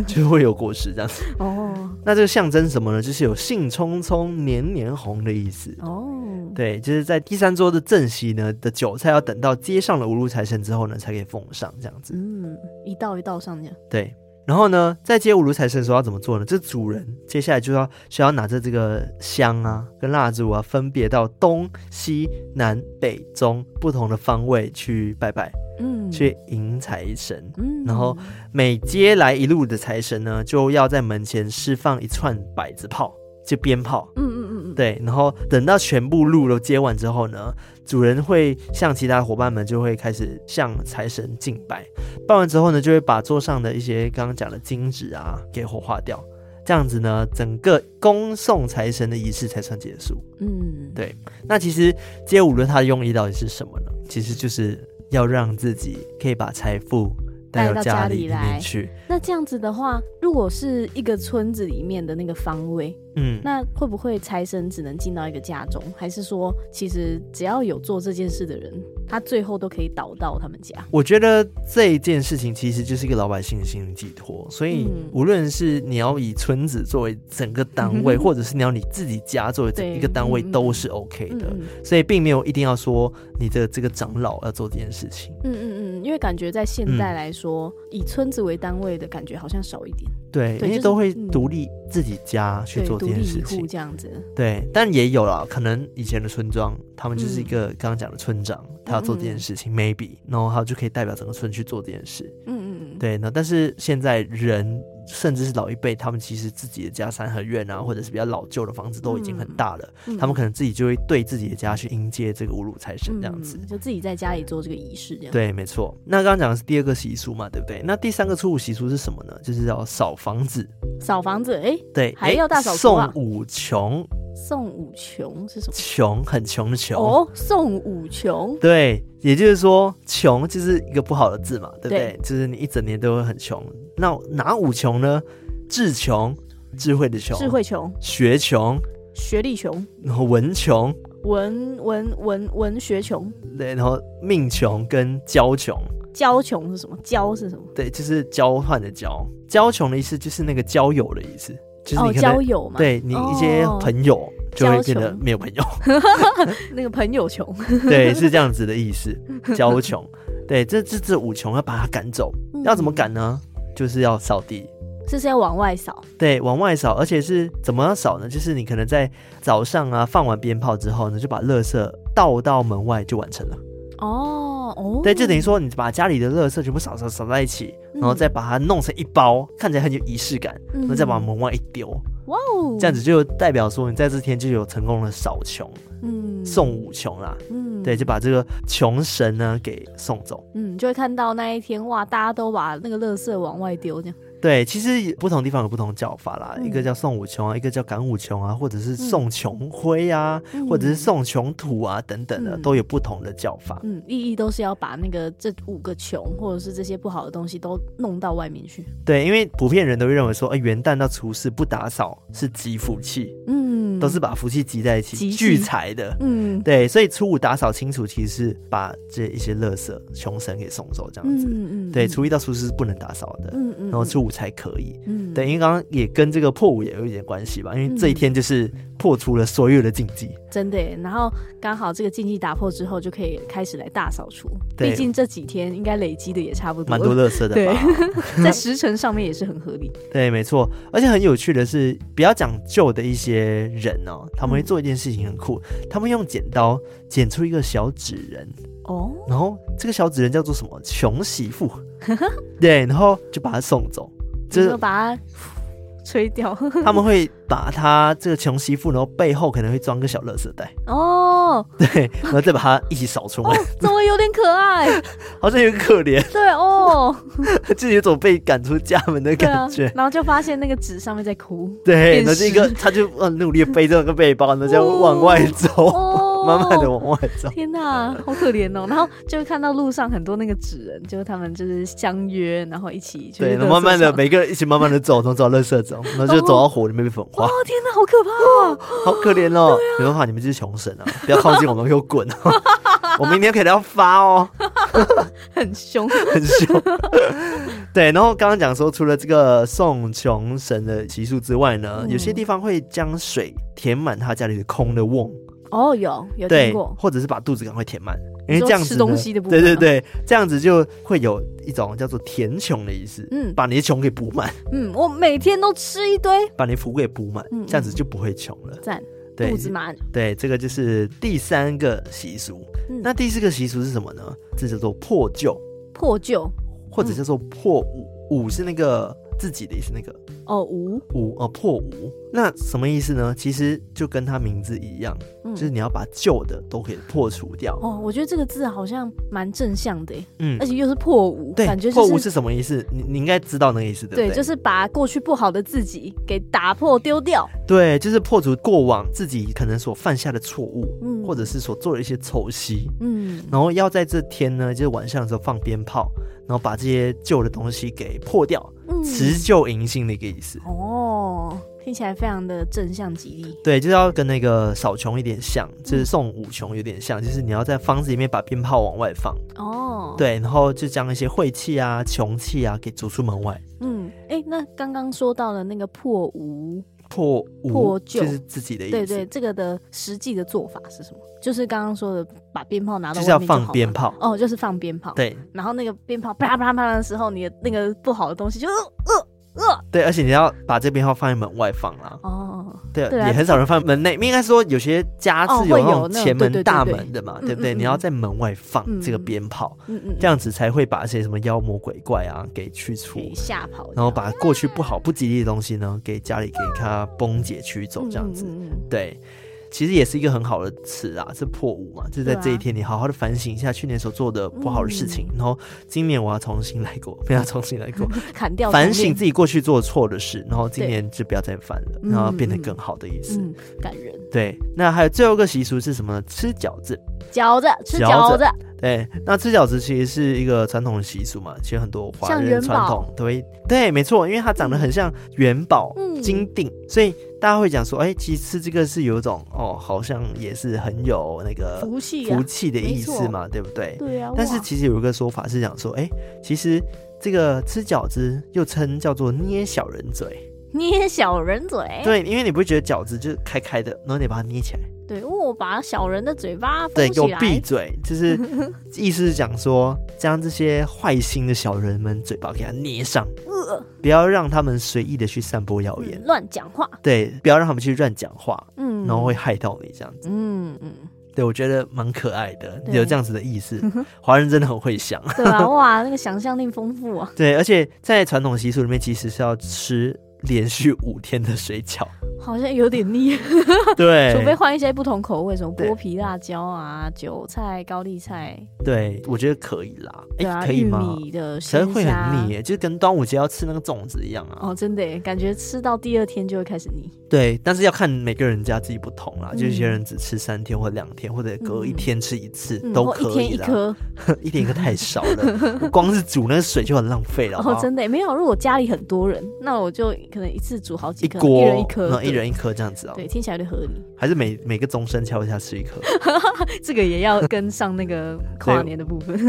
Speaker 1: 就会有果实这样子。
Speaker 2: 哦
Speaker 1: 那这个象征什么呢？就是有兴冲冲、年年红的意思。
Speaker 2: 哦，
Speaker 1: 对，就是在第三桌的正席呢的酒菜要等到接上了五路财神之后呢，才可以奉上这样子。
Speaker 2: 嗯，一道一道上这样，
Speaker 1: 对，然后呢，在接五路财神的时候要怎么做呢？这主人接下来就要需要拿着这个香啊跟蜡烛啊，分别到东西南北中不同的方位去拜拜，
Speaker 2: 嗯，
Speaker 1: 去迎财神。
Speaker 2: 嗯
Speaker 1: 然后每接来一路的财神呢，就要在门前释放一串百子炮，就鞭炮。
Speaker 2: 嗯嗯嗯嗯，
Speaker 1: 对，然后等到全部路都接完之后呢，主人会向其他伙伴们就会开始向财神敬拜，拜完之后呢，就会把桌上的一些刚刚讲的金纸啊给火化掉，这样子呢，整个恭送财神的仪式才算结束。
Speaker 2: 嗯，
Speaker 1: 对那其实接五轮它的用意到底是什么呢？其实就是要让自己可以把财富带
Speaker 2: 带
Speaker 1: 到
Speaker 2: 到
Speaker 1: 家
Speaker 2: 家
Speaker 1: 里
Speaker 2: 里
Speaker 1: 里
Speaker 2: 来
Speaker 1: 面去。
Speaker 2: 那这样子的话，如果是一个村子里面的那个方位，
Speaker 1: 嗯，
Speaker 2: 那会不会财神只能进到一个家中，还是说其实只要有做这件事的人，他最后都可以导到他们家？
Speaker 1: 我觉得这一件事情其实就是一个老百姓的心灵寄托，所以
Speaker 2: 嗯
Speaker 1: 无论是你要以村子作为整个单位，或者是你要你自己家作为整
Speaker 2: 嗯对
Speaker 1: 一个单位，
Speaker 2: 嗯嗯
Speaker 1: 都是 OK 的。
Speaker 2: 嗯
Speaker 1: 所以并没有一定要说你的这个长老要做这件事情。
Speaker 2: 嗯嗯嗯，因为感觉在现代来说，以村子为单位的感觉好像少一点，
Speaker 1: 对，
Speaker 2: 对
Speaker 1: 因为
Speaker 2: 就是
Speaker 1: 都会
Speaker 2: 嗯
Speaker 1: 独立自己家去
Speaker 2: 对，
Speaker 1: 做这
Speaker 2: 独
Speaker 1: 件
Speaker 2: 立
Speaker 1: 事
Speaker 2: 一
Speaker 1: 情
Speaker 2: 户，这样子。
Speaker 1: 对，但也有啦，可能以前的村庄，他们就是一
Speaker 2: 嗯
Speaker 1: 个刚刚讲的村长，他要做这件事情，maybe，然后他就可以代表整个村去做这件事。
Speaker 2: 嗯嗯嗯，
Speaker 1: 对，那但是现在人甚至是老一辈，他们其实自己的家三合院啊，或者是比较老旧的房子都已经很大了，
Speaker 2: 嗯，
Speaker 1: 他们可能自己就会对自己的家去迎接这个五路财神这样子。
Speaker 2: 嗯就自己在家里做这个仪式这样。，
Speaker 1: 对，没错。那刚刚讲的是第二个习俗嘛，对不对？那第三个初五习俗是什么呢？就是要扫房子，
Speaker 2: 扫房子，哎，
Speaker 1: 对，
Speaker 2: 还要大扫除
Speaker 1: 送
Speaker 2: 啊
Speaker 1: 五穷，
Speaker 2: 送五穷是什么？
Speaker 1: 穷很穷的穷。
Speaker 2: 哦，送五穷，
Speaker 1: 对，也就是说，穷就是一个不好的字嘛，对不对？
Speaker 2: 对
Speaker 1: 就是你一整年都会很穷。那哪五穷呢？智穷，智慧的穷，
Speaker 2: 智慧穷，
Speaker 1: 学穷，
Speaker 2: 学历穷，
Speaker 1: 然后文穷，
Speaker 2: 文文文文学穷，
Speaker 1: 对，然后命穷跟交穷，
Speaker 2: 交穷是什么？交是什么？
Speaker 1: 对，就是交换的交。交穷的意思就是那个交友的意思，就是
Speaker 2: 哦，
Speaker 1: 你可能、
Speaker 2: 交友嘛，，
Speaker 1: 对你一些
Speaker 2: 哦
Speaker 1: 朋友就会
Speaker 2: 交
Speaker 1: 变得
Speaker 2: 穷
Speaker 1: 没有朋友，
Speaker 2: 那个朋友穷，
Speaker 1: 对，是这样子的意思。交穷，对，这这这五穷要把他赶走， 要怎么赶呢？就是要扫地。
Speaker 2: 这嗯是要往外扫，
Speaker 1: 对，往外扫，而且是怎么样扫呢？就是你可能在早上啊放完鞭炮之后呢，就把垃圾倒到门外就完成了。
Speaker 2: 哦哦，
Speaker 1: 对，就等于说你把家里的垃圾全部扫扫扫在一起，然后再把它弄成一包，看起来很有仪式感，
Speaker 2: 嗯
Speaker 1: 然后再往门外一丢，
Speaker 2: 哇哦，
Speaker 1: 这样子就代表说你在这天就有成功的扫穷、
Speaker 2: 嗯
Speaker 1: 送五穷啦。
Speaker 2: 嗯
Speaker 1: 对，就把这个穷神呢给送走。
Speaker 2: 嗯，就会看到那一天哇，大家都把那个垃圾往外丢，这样
Speaker 1: 对，其实不同地方有不同叫法啦，
Speaker 2: 嗯
Speaker 1: 一个叫送五穷啊，一个叫赶五穷啊，或者是送穷灰啊，或者是送穷土啊等等的，
Speaker 2: 嗯
Speaker 1: 都有不同的叫法。
Speaker 2: 嗯，意义都是要把那个这五个穷或者是这些不好的东西都弄到外面去。
Speaker 1: 对，因为普遍人都会认为说，哎、元旦到除夕不打扫是积福气，
Speaker 2: 嗯，
Speaker 1: 都是把福气集在一起
Speaker 2: 集气
Speaker 1: 聚财的。
Speaker 2: 嗯
Speaker 1: 对，所以初五打扫清除，其实是把这一些垃圾、穷神给送走，这样子。
Speaker 2: 嗯嗯，
Speaker 1: 对，初一到初四是不能打扫的，
Speaker 2: 嗯嗯，
Speaker 1: 然后初五才可以。
Speaker 2: 嗯
Speaker 1: 对，因为刚刚也跟这个破五也有一点关系吧，因为这一
Speaker 2: 嗯
Speaker 1: 天就是破除了所有的禁忌。
Speaker 2: 真的耶，然后刚好这个禁忌打破之后，就可以开始来大扫除。
Speaker 1: 对
Speaker 2: 毕竟这几天应该累积的也差不多，
Speaker 1: 蛮多垃圾的
Speaker 2: 对
Speaker 1: 吧？
Speaker 2: 在时辰上面也是很合理。
Speaker 1: 对，没错。而且很有趣的是，比较讲究的一些人哦，他
Speaker 2: 嗯
Speaker 1: 们会做一件事情很酷，他们用剪刀剪出一个小纸人，
Speaker 2: 哦，
Speaker 1: 然后这个小纸人叫做什么？穷媳 妇。对，然后就把它送走。就
Speaker 2: 就是是把它吹掉。
Speaker 1: 他们会把她这个穷媳妇，然后背后可能会装个小垃圾袋，
Speaker 2: 哦，
Speaker 1: 对，然后再把她一起扫出来，
Speaker 2: 怎么有点可爱？
Speaker 1: 好像有点可怜，
Speaker 2: 对哦，
Speaker 1: 就是有种被赶出家门的
Speaker 2: 对 啊
Speaker 1: 感觉。，
Speaker 2: 然后就发现那个纸上面在哭，
Speaker 1: 对，
Speaker 2: 变
Speaker 1: 然后就一个，
Speaker 2: 尸
Speaker 1: 他就很努力地背着那个背包，然后这样往外走，
Speaker 2: 哦，
Speaker 1: 慢慢的往外走。
Speaker 2: 天呐，好可怜哦！然后就看到路上很多那个纸人，就是他们就是相约，然后一起去
Speaker 1: 对，
Speaker 2: 垃圾
Speaker 1: 然后慢慢的，
Speaker 2: 场
Speaker 1: 每个人一起慢慢的走，从走到垃圾走，然后就走到火里面被焚化
Speaker 2: 哦，天呐，好可怕哦！
Speaker 1: 好可怜哦。没办法，你们就是穷神啊， 不要靠近我们，给我滚 哦！我明天可能要发哦，
Speaker 2: 很凶，
Speaker 1: 很凶。对，然后刚刚讲说，除了这个送穷神的习俗之外呢，
Speaker 2: 嗯
Speaker 1: 有些地方会将水填满他家里的空的瓮，
Speaker 2: 哦，有有听
Speaker 1: 对，
Speaker 2: 过，
Speaker 1: 或者是把肚子赶快填满，因
Speaker 2: 你
Speaker 1: 为
Speaker 2: 说
Speaker 1: 这样子
Speaker 2: 吃
Speaker 1: 呢
Speaker 2: 东西的部
Speaker 1: 对对
Speaker 2: 分
Speaker 1: 对，这样子就会有一种叫做填穷的意思，
Speaker 2: 嗯
Speaker 1: 把你的穷给补满，
Speaker 2: 嗯，我每天都吃一堆，
Speaker 1: 把你的福给补满
Speaker 2: 嗯，
Speaker 1: 这样子就不会穷了。
Speaker 2: 赞，
Speaker 1: 对
Speaker 2: 肚，子满，
Speaker 1: 对，这个就是第三个习俗。
Speaker 2: 嗯
Speaker 1: 那第四个习俗是什么呢？这叫做破旧，
Speaker 2: 破旧
Speaker 1: 或
Speaker 2: 嗯
Speaker 1: 者叫做破五。五是那个自己的意思，那个
Speaker 2: 哦，无，
Speaker 1: 五呃破五。那什么意思呢？其实就跟它名字一样，
Speaker 2: 嗯
Speaker 1: 就是你要把旧的都给破除掉。
Speaker 2: 哦，我觉得这个字好像蛮正向的耶，
Speaker 1: 嗯
Speaker 2: 而，且又是破无，
Speaker 1: 对，
Speaker 2: 感觉
Speaker 1: 破
Speaker 2: 就
Speaker 1: 无
Speaker 2: 是
Speaker 1: 是什么意思？你你应该知道那个意思，对不对？
Speaker 2: 对，就是把过去不好的自己给打破丢掉，
Speaker 1: 对就是破除过往自己可能所犯下的错误，
Speaker 2: 嗯
Speaker 1: 或者是所做的一些丑习。
Speaker 2: 嗯，
Speaker 1: 然后要在这天呢，就是晚上的时候放鞭炮，然后把这些旧的东西给破掉，
Speaker 2: 嗯
Speaker 1: 辞旧迎新的一个意思。
Speaker 2: 哦，听起来非常的正向吉利。
Speaker 1: 对，就是要跟那个扫穷有点像，
Speaker 2: 嗯
Speaker 1: 就是送五穷有点像，就是你要在房子里面把鞭炮往外放，
Speaker 2: 哦，，
Speaker 1: 对，然后就将一些晦气啊、穷气啊给逐出门外。
Speaker 2: 嗯，哎、那刚刚说到了那个破无，
Speaker 1: 破五
Speaker 2: 破旧
Speaker 1: 就是自己的意思，
Speaker 2: 对对，这个的实际的做法是什么？就是刚刚说的，把鞭炮拿到
Speaker 1: 就是要
Speaker 2: 外面就好
Speaker 1: 放鞭
Speaker 2: 嘛，
Speaker 1: 炮。
Speaker 2: 哦，就是放鞭炮，，
Speaker 1: 对
Speaker 2: 然后那个鞭炮啪啪啪的时候，你的那个不好的东西就呃呃，
Speaker 1: 对，而且你要把这鞭炮放在门外放啦。
Speaker 2: 哦，
Speaker 1: 对，
Speaker 2: 对啊
Speaker 1: 也很少人放门内。应该说有些家
Speaker 2: 哦
Speaker 1: 是有
Speaker 2: 会有
Speaker 1: 那种
Speaker 2: 那种
Speaker 1: 前
Speaker 2: 对
Speaker 1: 门、
Speaker 2: 对对
Speaker 1: 大
Speaker 2: 对
Speaker 1: 门的嘛，
Speaker 2: 嗯
Speaker 1: 对不对？
Speaker 2: 嗯
Speaker 1: 你要在门外放
Speaker 2: 嗯
Speaker 1: 这个
Speaker 2: 嗯
Speaker 1: 鞭炮，
Speaker 2: 嗯嗯，
Speaker 1: 这样子才会把一些什么妖魔鬼怪啊给去除，
Speaker 2: 给吓跑这样，
Speaker 1: 然后把过去不好、不吉利的东西呢，给家里给它崩解驱走，这样子。
Speaker 2: 嗯嗯嗯
Speaker 1: 对，其实也是一个很好的词啊，是破五嘛，就在
Speaker 2: 对啊
Speaker 1: 这一天，你好好的反省一下去年所做的不好的事情，然后今年我要重新来过，不要重新来过，
Speaker 2: 嗯砍掉
Speaker 1: 反
Speaker 2: 重
Speaker 1: 省
Speaker 2: 练
Speaker 1: 自己过去做错的事，然后今
Speaker 2: 对
Speaker 1: 年就不要再犯了，
Speaker 2: 嗯
Speaker 1: 然后变得更好的意思。
Speaker 2: 嗯，感人，
Speaker 1: 对，那还有最后一个习俗是什么呢？吃饺子。
Speaker 2: 饺子吃
Speaker 1: 饺
Speaker 2: 饺
Speaker 1: 子
Speaker 2: 子，
Speaker 1: 对，那吃饺子其实是一个传统的习俗嘛，其实很多华
Speaker 2: 像
Speaker 1: 人
Speaker 2: 元
Speaker 1: 传
Speaker 2: 宝
Speaker 1: 统都会对，没错，因为它长得很像元宝、
Speaker 2: 嗯
Speaker 1: 金锭，所以大家会讲说，哎、其实吃这个是有一种哦，好像也是很有那个
Speaker 2: 福气
Speaker 1: 福，
Speaker 2: 啊
Speaker 1: 呃气的意思嘛，对不对？
Speaker 2: 对啊，
Speaker 1: 但是
Speaker 2: 哇
Speaker 1: 其实有一个说法是讲说，哎、其实这个吃饺子又称叫做捏小人嘴，
Speaker 2: 捏小人嘴，
Speaker 1: 对，因为你不会觉得饺子就是开开的，然后你把它捏起来。
Speaker 2: 对，因为我把小人的嘴巴
Speaker 1: 对，
Speaker 2: 封
Speaker 1: 给我
Speaker 2: 起来，
Speaker 1: 闭嘴，就是 意思是讲说，将这些坏心的小人们嘴巴给它捏上，
Speaker 2: 呃，
Speaker 1: 不要让他们随意的去散播谣言，
Speaker 2: 嗯乱讲话，
Speaker 1: 对，不要让他们去乱讲话，
Speaker 2: 嗯，
Speaker 1: 然后会害到你这样子。
Speaker 2: 嗯嗯，
Speaker 1: 对，我觉得蛮可爱的，
Speaker 2: 对
Speaker 1: 有这样子的意 思。华人真的很会想，
Speaker 2: 对吧、哇，那个想象力丰富啊，
Speaker 1: 对，而且在传统习俗里面，其实是要吃连续五天的水 饺，
Speaker 2: 好像有点 腻，
Speaker 1: 对，
Speaker 2: 除非换一些不同口味，什么
Speaker 1: 哎对
Speaker 2: 剥皮辣椒啊、韭菜、高丽菜，
Speaker 1: 对，我觉得可以啦，哎、
Speaker 2: 对啊，
Speaker 1: 可以
Speaker 2: 玉
Speaker 1: 吗？
Speaker 2: 米的
Speaker 1: 可能
Speaker 2: 鲜
Speaker 1: 会很
Speaker 2: 虾
Speaker 1: 腻，耶，就跟端午节要吃那个粽子一样啊。
Speaker 2: 哦，真的耶，感觉吃到第二天就会开始腻，
Speaker 1: 对，但是要看每个人家自己不同啦，就有些
Speaker 2: 嗯
Speaker 1: 人只吃三天或两天，或者隔一
Speaker 2: 嗯
Speaker 1: 天吃一次、
Speaker 2: 嗯，
Speaker 1: 都
Speaker 2: 或一
Speaker 1: 可
Speaker 2: 天
Speaker 1: 以
Speaker 2: 一
Speaker 1: 啦。
Speaker 2: 颗，
Speaker 1: 一天一个太少了， 我光是煮那个水就很浪费了。好不
Speaker 2: 哦
Speaker 1: 好，
Speaker 2: 真的耶没有，如果家里很多人，那我就可能一次煮好
Speaker 1: 一
Speaker 2: 几颗，
Speaker 1: 锅，
Speaker 2: 人一颗，
Speaker 1: 然后一
Speaker 2: 对
Speaker 1: 人一颗这样子哦、
Speaker 2: 对，听起来有点合理。
Speaker 1: 还是每每个钟声敲一下吃一颗。
Speaker 2: 这个也要跟上 那个跨
Speaker 1: 对
Speaker 2: 年的部分。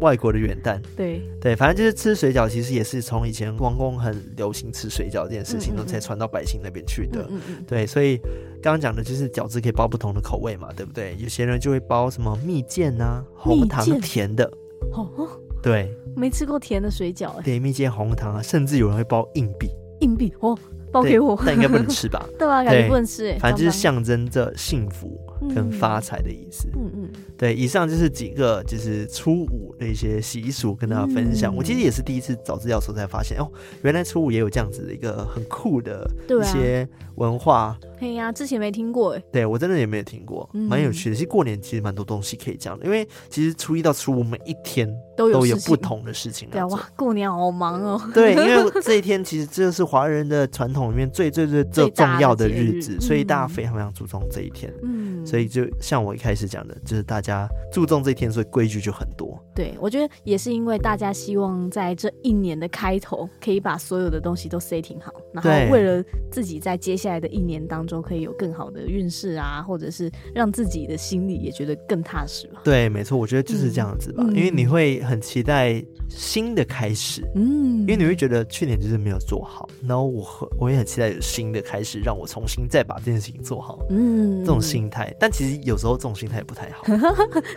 Speaker 1: 外国的元旦，
Speaker 2: 对，
Speaker 1: 对，反正就是吃水饺，其实也是从以前王宫很流行吃水饺这件事情，
Speaker 2: 嗯嗯
Speaker 1: 然后才
Speaker 2: 嗯
Speaker 1: 传到百姓那边去的。
Speaker 2: 嗯嗯嗯，
Speaker 1: 对，啊所以刚刚讲的就是饺子可以包不同的口味嘛，对不对？有些人就会包什么蜜饯啊、红
Speaker 2: 蜜
Speaker 1: 糖
Speaker 2: 饯
Speaker 1: 甜的，
Speaker 2: 哦哦，
Speaker 1: 对，
Speaker 2: 没吃过甜的水饺哎，
Speaker 1: 对，蜜饯红糖啊，甚至有人会包硬币，
Speaker 2: 硬币哦，包给
Speaker 1: 对
Speaker 2: 我， 啊
Speaker 1: 但应该不能吃吧？
Speaker 2: 对吧？感觉不能吃哎，
Speaker 1: 反正就是
Speaker 2: 刚
Speaker 1: 象征着幸福，跟发财的意思。
Speaker 2: 嗯嗯，
Speaker 1: 对，以上就是几个就是初五的一些习俗跟大家分享。
Speaker 2: 嗯
Speaker 1: 我其实也是第一次找资料的时候才发现，哦，原来初五也有这样子的一个很酷的
Speaker 2: 对
Speaker 1: 一
Speaker 2: 啊
Speaker 1: 些文化。
Speaker 2: 嘿呀，之前没听过哎，
Speaker 1: 对我真的也没有听过，
Speaker 2: 嗯
Speaker 1: 蛮有趣的。其实过年其实蛮多东西可以讲的，因为其实初一到初五每一天
Speaker 2: 都有
Speaker 1: 都有
Speaker 2: 事
Speaker 1: 不。
Speaker 2: 情
Speaker 1: 同的事情
Speaker 2: 对啊，
Speaker 1: 要做。
Speaker 2: 哇，过年好忙哦。
Speaker 1: 对，因为这一天其实这就是华人的传统里面最最最最
Speaker 2: 最大
Speaker 1: 重
Speaker 2: 的
Speaker 1: 要的
Speaker 2: 节
Speaker 1: 日
Speaker 2: 日
Speaker 1: 子，所以大家
Speaker 2: 嗯
Speaker 1: 非常非常注重这一天。
Speaker 2: 嗯，
Speaker 1: 所以就像我一开始讲的，就是大家注重这一天，所以规矩就很多。
Speaker 2: 对，我觉得也是因为大家希望在这一年的开头可以把所有的东西都 setting 好，然后
Speaker 1: 对
Speaker 2: 为了自己在接下来的一年当中可以有更好的运势啊，或者是让自己的心里也觉得更踏实吧。
Speaker 1: 对，没错，我觉得就是这样子吧，
Speaker 2: 嗯
Speaker 1: 因为你会很期待新的开始。
Speaker 2: 嗯
Speaker 1: 因为你会觉得去年就是没有做好，然后我很我也很期待有新的开始，让我重新再把这件事情做好。
Speaker 2: 嗯
Speaker 1: 这种心态，但其实有时候这种心态也不 太好。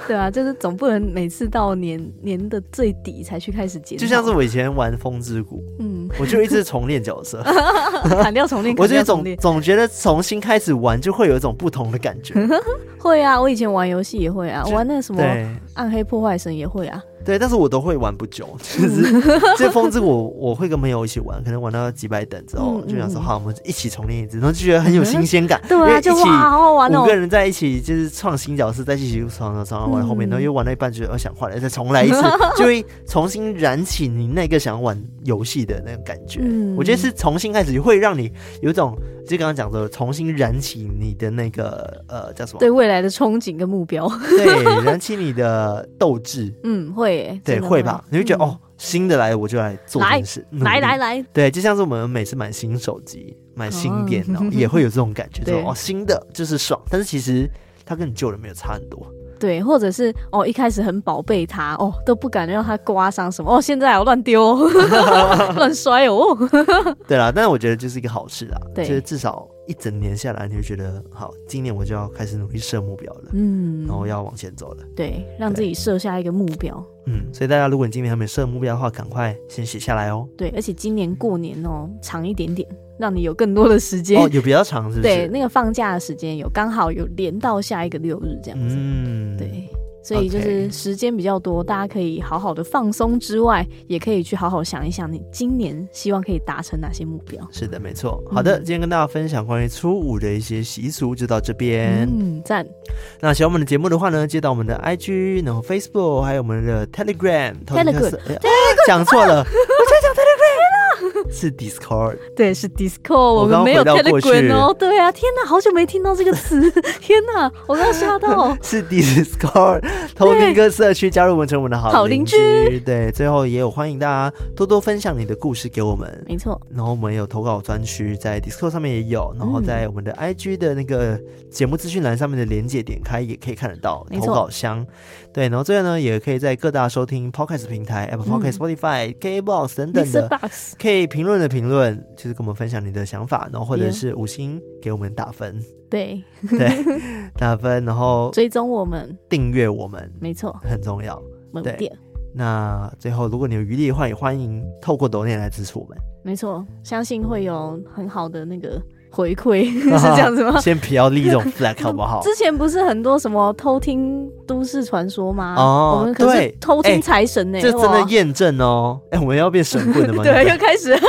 Speaker 2: 对啊，就是总不能每次到年年的最底才去开始检讨，
Speaker 1: 就像是我以前玩《风之谷》，
Speaker 2: 嗯，
Speaker 1: 我就一直重练角色，
Speaker 2: 砍掉重练，
Speaker 1: 我
Speaker 2: 砍
Speaker 1: 就
Speaker 2: 掉
Speaker 1: 总
Speaker 2: 重练。
Speaker 1: 总觉得重新开始玩就会有一种不同的感 觉。
Speaker 2: 会啊，我以前玩游戏也会啊，
Speaker 1: 就
Speaker 2: 玩那个什么《
Speaker 1: 对
Speaker 2: 暗黑破坏神》也会啊，
Speaker 1: 对，但是我都会玩不 久，就是这《风之谷》我，我会跟朋友一起玩，可能玩到几百等之后，
Speaker 2: 嗯
Speaker 1: 就想说
Speaker 2: 嗯
Speaker 1: 好，我们一起重练一次，然后就觉得很有新鲜感。
Speaker 2: 对
Speaker 1: 因为
Speaker 2: 啊，
Speaker 1: 一
Speaker 2: 就
Speaker 1: 起
Speaker 2: 哇，好好玩哦
Speaker 1: 五个，人在一起就是创新角色，在一起创创创，然后玩到后面，
Speaker 2: 嗯
Speaker 1: 然后又玩到一半，觉得哦想换了，再重来一 次，就会重新燃起你那个想玩游戏的那个感觉。
Speaker 2: 嗯
Speaker 1: 我觉得是重新开始，会让你有一种就刚刚讲的，重新燃起你的那个呃叫什么？
Speaker 2: 对未来的憧憬跟目标，
Speaker 1: 对，燃起你的斗志，
Speaker 2: 嗯，会耶，
Speaker 1: 对，
Speaker 2: 真的
Speaker 1: 会吧？你会觉得、哦，新的来了，我就来做这
Speaker 2: 来
Speaker 1: 件事，努
Speaker 2: 来
Speaker 1: 力
Speaker 2: 来来，
Speaker 1: 对，就像是我们每次买新手机、买新
Speaker 2: 哦
Speaker 1: 电 脑，也会有这种感觉，说
Speaker 2: 对
Speaker 1: 哦，新的就是爽，但是其实它跟你旧的没有差很多。
Speaker 2: 对，或者是哦，一开始很宝贝它，哦，都不敢让它刮伤什么，哦，现在我乱丢哦， 乱摔哦， 哦
Speaker 1: 对啦，但是我觉得就是一个好事啦，就
Speaker 2: 对
Speaker 1: 是至少一整年下来，你会觉得好，今年我就要开始努力设目标了，
Speaker 2: 嗯
Speaker 1: 然，后要往前走了。
Speaker 2: 对，让自己设下一个目标，
Speaker 1: 嗯，所以大家如果你今年还没设目标的话，赶快先写下来哦。
Speaker 2: 对，而且今年过年哦，长一点点，让你有更多的时间。
Speaker 1: 哦，有比较长是不是？
Speaker 2: 对，那个放假的时间有刚好有连到下一个六日这样子，
Speaker 1: 嗯，
Speaker 2: 对，所以就
Speaker 1: OK
Speaker 2: 是时间比较多，大家可以好好的放松之外，也可以去好好想一想你今年希望可以达成哪些目标。
Speaker 1: 是的，没错。好的，
Speaker 2: 嗯
Speaker 1: 今天跟大家分享关于初五的一些习俗，就到这边。
Speaker 2: 嗯，赞，
Speaker 1: 那喜欢我们的节目的话呢，接到我们的 IG，然后 Facebook，还有我们的 Telegram 偷听客室。哎呀讲错 了，我在讲 Telegram 是 Discord。
Speaker 2: 对，是 Disco，
Speaker 1: 我
Speaker 2: 我
Speaker 1: 刚
Speaker 2: 们
Speaker 1: 刚
Speaker 2: 没有
Speaker 1: 回到过去。
Speaker 2: Telegram 哦。对啊，天哪，好久没听到这个词， 天哪，我刚吓到
Speaker 1: 是 Discord 同名歌社区，加入我们成为我们的好
Speaker 2: 好
Speaker 1: 邻
Speaker 2: 邻
Speaker 1: 居。对，最后也有欢迎大家多多分享你的故事给我们。
Speaker 2: 没错，
Speaker 1: 然后我们有投稿专区，在 Discord 上面也有，
Speaker 2: 嗯
Speaker 1: 然后在我们的 IG 的那个节目资讯栏上面的连接点开也可以看得到
Speaker 2: 没
Speaker 1: 投
Speaker 2: 错
Speaker 1: 稿箱。对，然后最后呢，也可以在各大收听 Podcast 平台，Apple
Speaker 2: 嗯
Speaker 1: Podcast、Spotify、KBox 等
Speaker 2: m i
Speaker 1: 等
Speaker 2: x
Speaker 1: 的
Speaker 2: e。Box，
Speaker 1: 可以评论的评论，就是跟我们分享你的想法，然后或者
Speaker 2: Yeah
Speaker 1: 是五星给我们打分，
Speaker 2: 对，
Speaker 1: 对，打分，然后
Speaker 2: 追踪我们，
Speaker 1: 订阅我们
Speaker 2: 没错，
Speaker 1: 很重要。
Speaker 2: 萌
Speaker 1: 对
Speaker 2: 点，
Speaker 1: 那最后，如果你有余力的话，也欢迎透过抖念来支持我们。？
Speaker 2: 没错，相信会有很好的那个回馈， 是这样子 吗
Speaker 1: 先不要立这种 flag 好不好？
Speaker 2: 之前不是很多什么偷听都市传说吗？
Speaker 1: 哦
Speaker 2: 我们可是
Speaker 1: 对
Speaker 2: 偷
Speaker 1: 哎
Speaker 2: 听财神呢、
Speaker 1: 这真 的
Speaker 2: 哇
Speaker 1: 验证 哦！哎、我们要变神棍了吗？
Speaker 2: 对，又开始。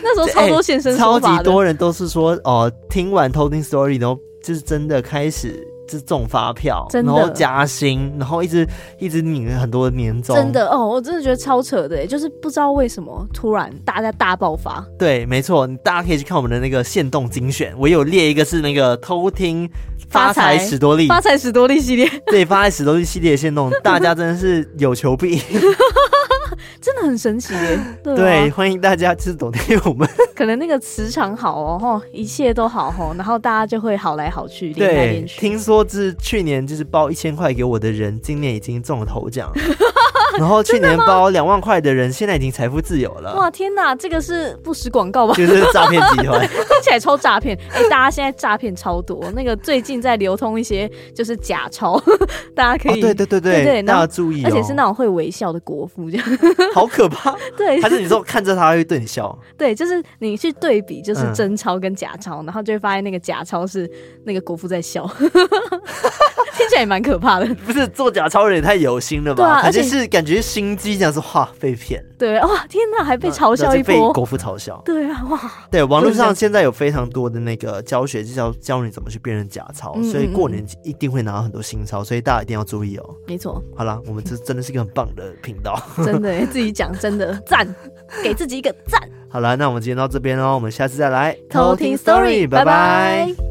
Speaker 2: 那时候超多现身
Speaker 1: 超
Speaker 2: 说法
Speaker 1: 级
Speaker 2: 的，
Speaker 1: 多人都是说哦、听完偷听 story，然后就是真的开始就是中发票，
Speaker 2: 真
Speaker 1: 然
Speaker 2: 的
Speaker 1: 后加薪，然后一直一直领很多年终，
Speaker 2: 真的哦，我真的觉得超扯的耶，欸就是不知道为什么突然大家大爆发。
Speaker 1: 对，没错，你大家可以去看我们的那个限动精选，我有列一个是那个偷听
Speaker 2: 发财
Speaker 1: 财史多利，
Speaker 2: 发财史多利系列
Speaker 1: 对，发财史多利系列的限动，大家真的是有求必应。
Speaker 2: 真的很神 奇耶， 对啊
Speaker 1: 对，欢迎大家就是懂听我们，
Speaker 2: 可能那个磁场好哦，吼，一切都好吼，然后大家就会好来好去，连来
Speaker 1: 对
Speaker 2: 连，去，
Speaker 1: 听说是去年就是包一千块给我的人，今年已经中了头奖了，然后去年包两万块的人，现在已经财富自由了，
Speaker 2: 哇，天哪，这个是不实广告吧？
Speaker 1: 就是诈骗集团。
Speaker 2: 听起来超诈骗。哎、大家现在诈骗超多，那个最近在流通一些就是假钞， 大 家可
Speaker 1: 哦，
Speaker 2: 以、
Speaker 1: 对对对
Speaker 2: 对对
Speaker 1: 大家
Speaker 2: 然后
Speaker 1: 要注意哦，
Speaker 2: 而且是那种会微笑的国父，这 样
Speaker 1: 好可 怕。
Speaker 2: 对
Speaker 1: 还是你说看着他会对你笑？
Speaker 2: 对，就是你去对比，就是
Speaker 1: 嗯
Speaker 2: 真钞跟假钞，然后就会发现那个假钞是那个国父在笑， 听起来也蛮可怕的。
Speaker 1: 不是做假超人也太有心了吧？
Speaker 2: 对啊
Speaker 1: 感觉
Speaker 2: 而且
Speaker 1: 是感觉心机这样说，哇，被骗，
Speaker 2: 对，哇，天哪，还被嘲
Speaker 1: 然
Speaker 2: 笑
Speaker 1: 后就
Speaker 2: 一
Speaker 1: 被
Speaker 2: 波。
Speaker 1: 国父嘲笑。
Speaker 2: 对啊，哇，
Speaker 1: 对，网络
Speaker 2: 就是这
Speaker 1: 上
Speaker 2: 样
Speaker 1: 现在有非常多的那个教学，就是要教你怎么去辨认假钞，
Speaker 2: 嗯
Speaker 1: 所以
Speaker 2: 嗯
Speaker 1: 过
Speaker 2: 嗯
Speaker 1: 年一定会拿到很多新钞，所以大家一定要注意哦。
Speaker 2: 没错，
Speaker 1: 好啦，我们这真的是一个很棒的频道。
Speaker 2: 真的耶自己讲，真的赞，给自己一个赞。
Speaker 1: 哦好啦，那我们今天到这边喽，我们下次再来
Speaker 2: 偷听 story，
Speaker 1: 拜拜
Speaker 2: 拜拜。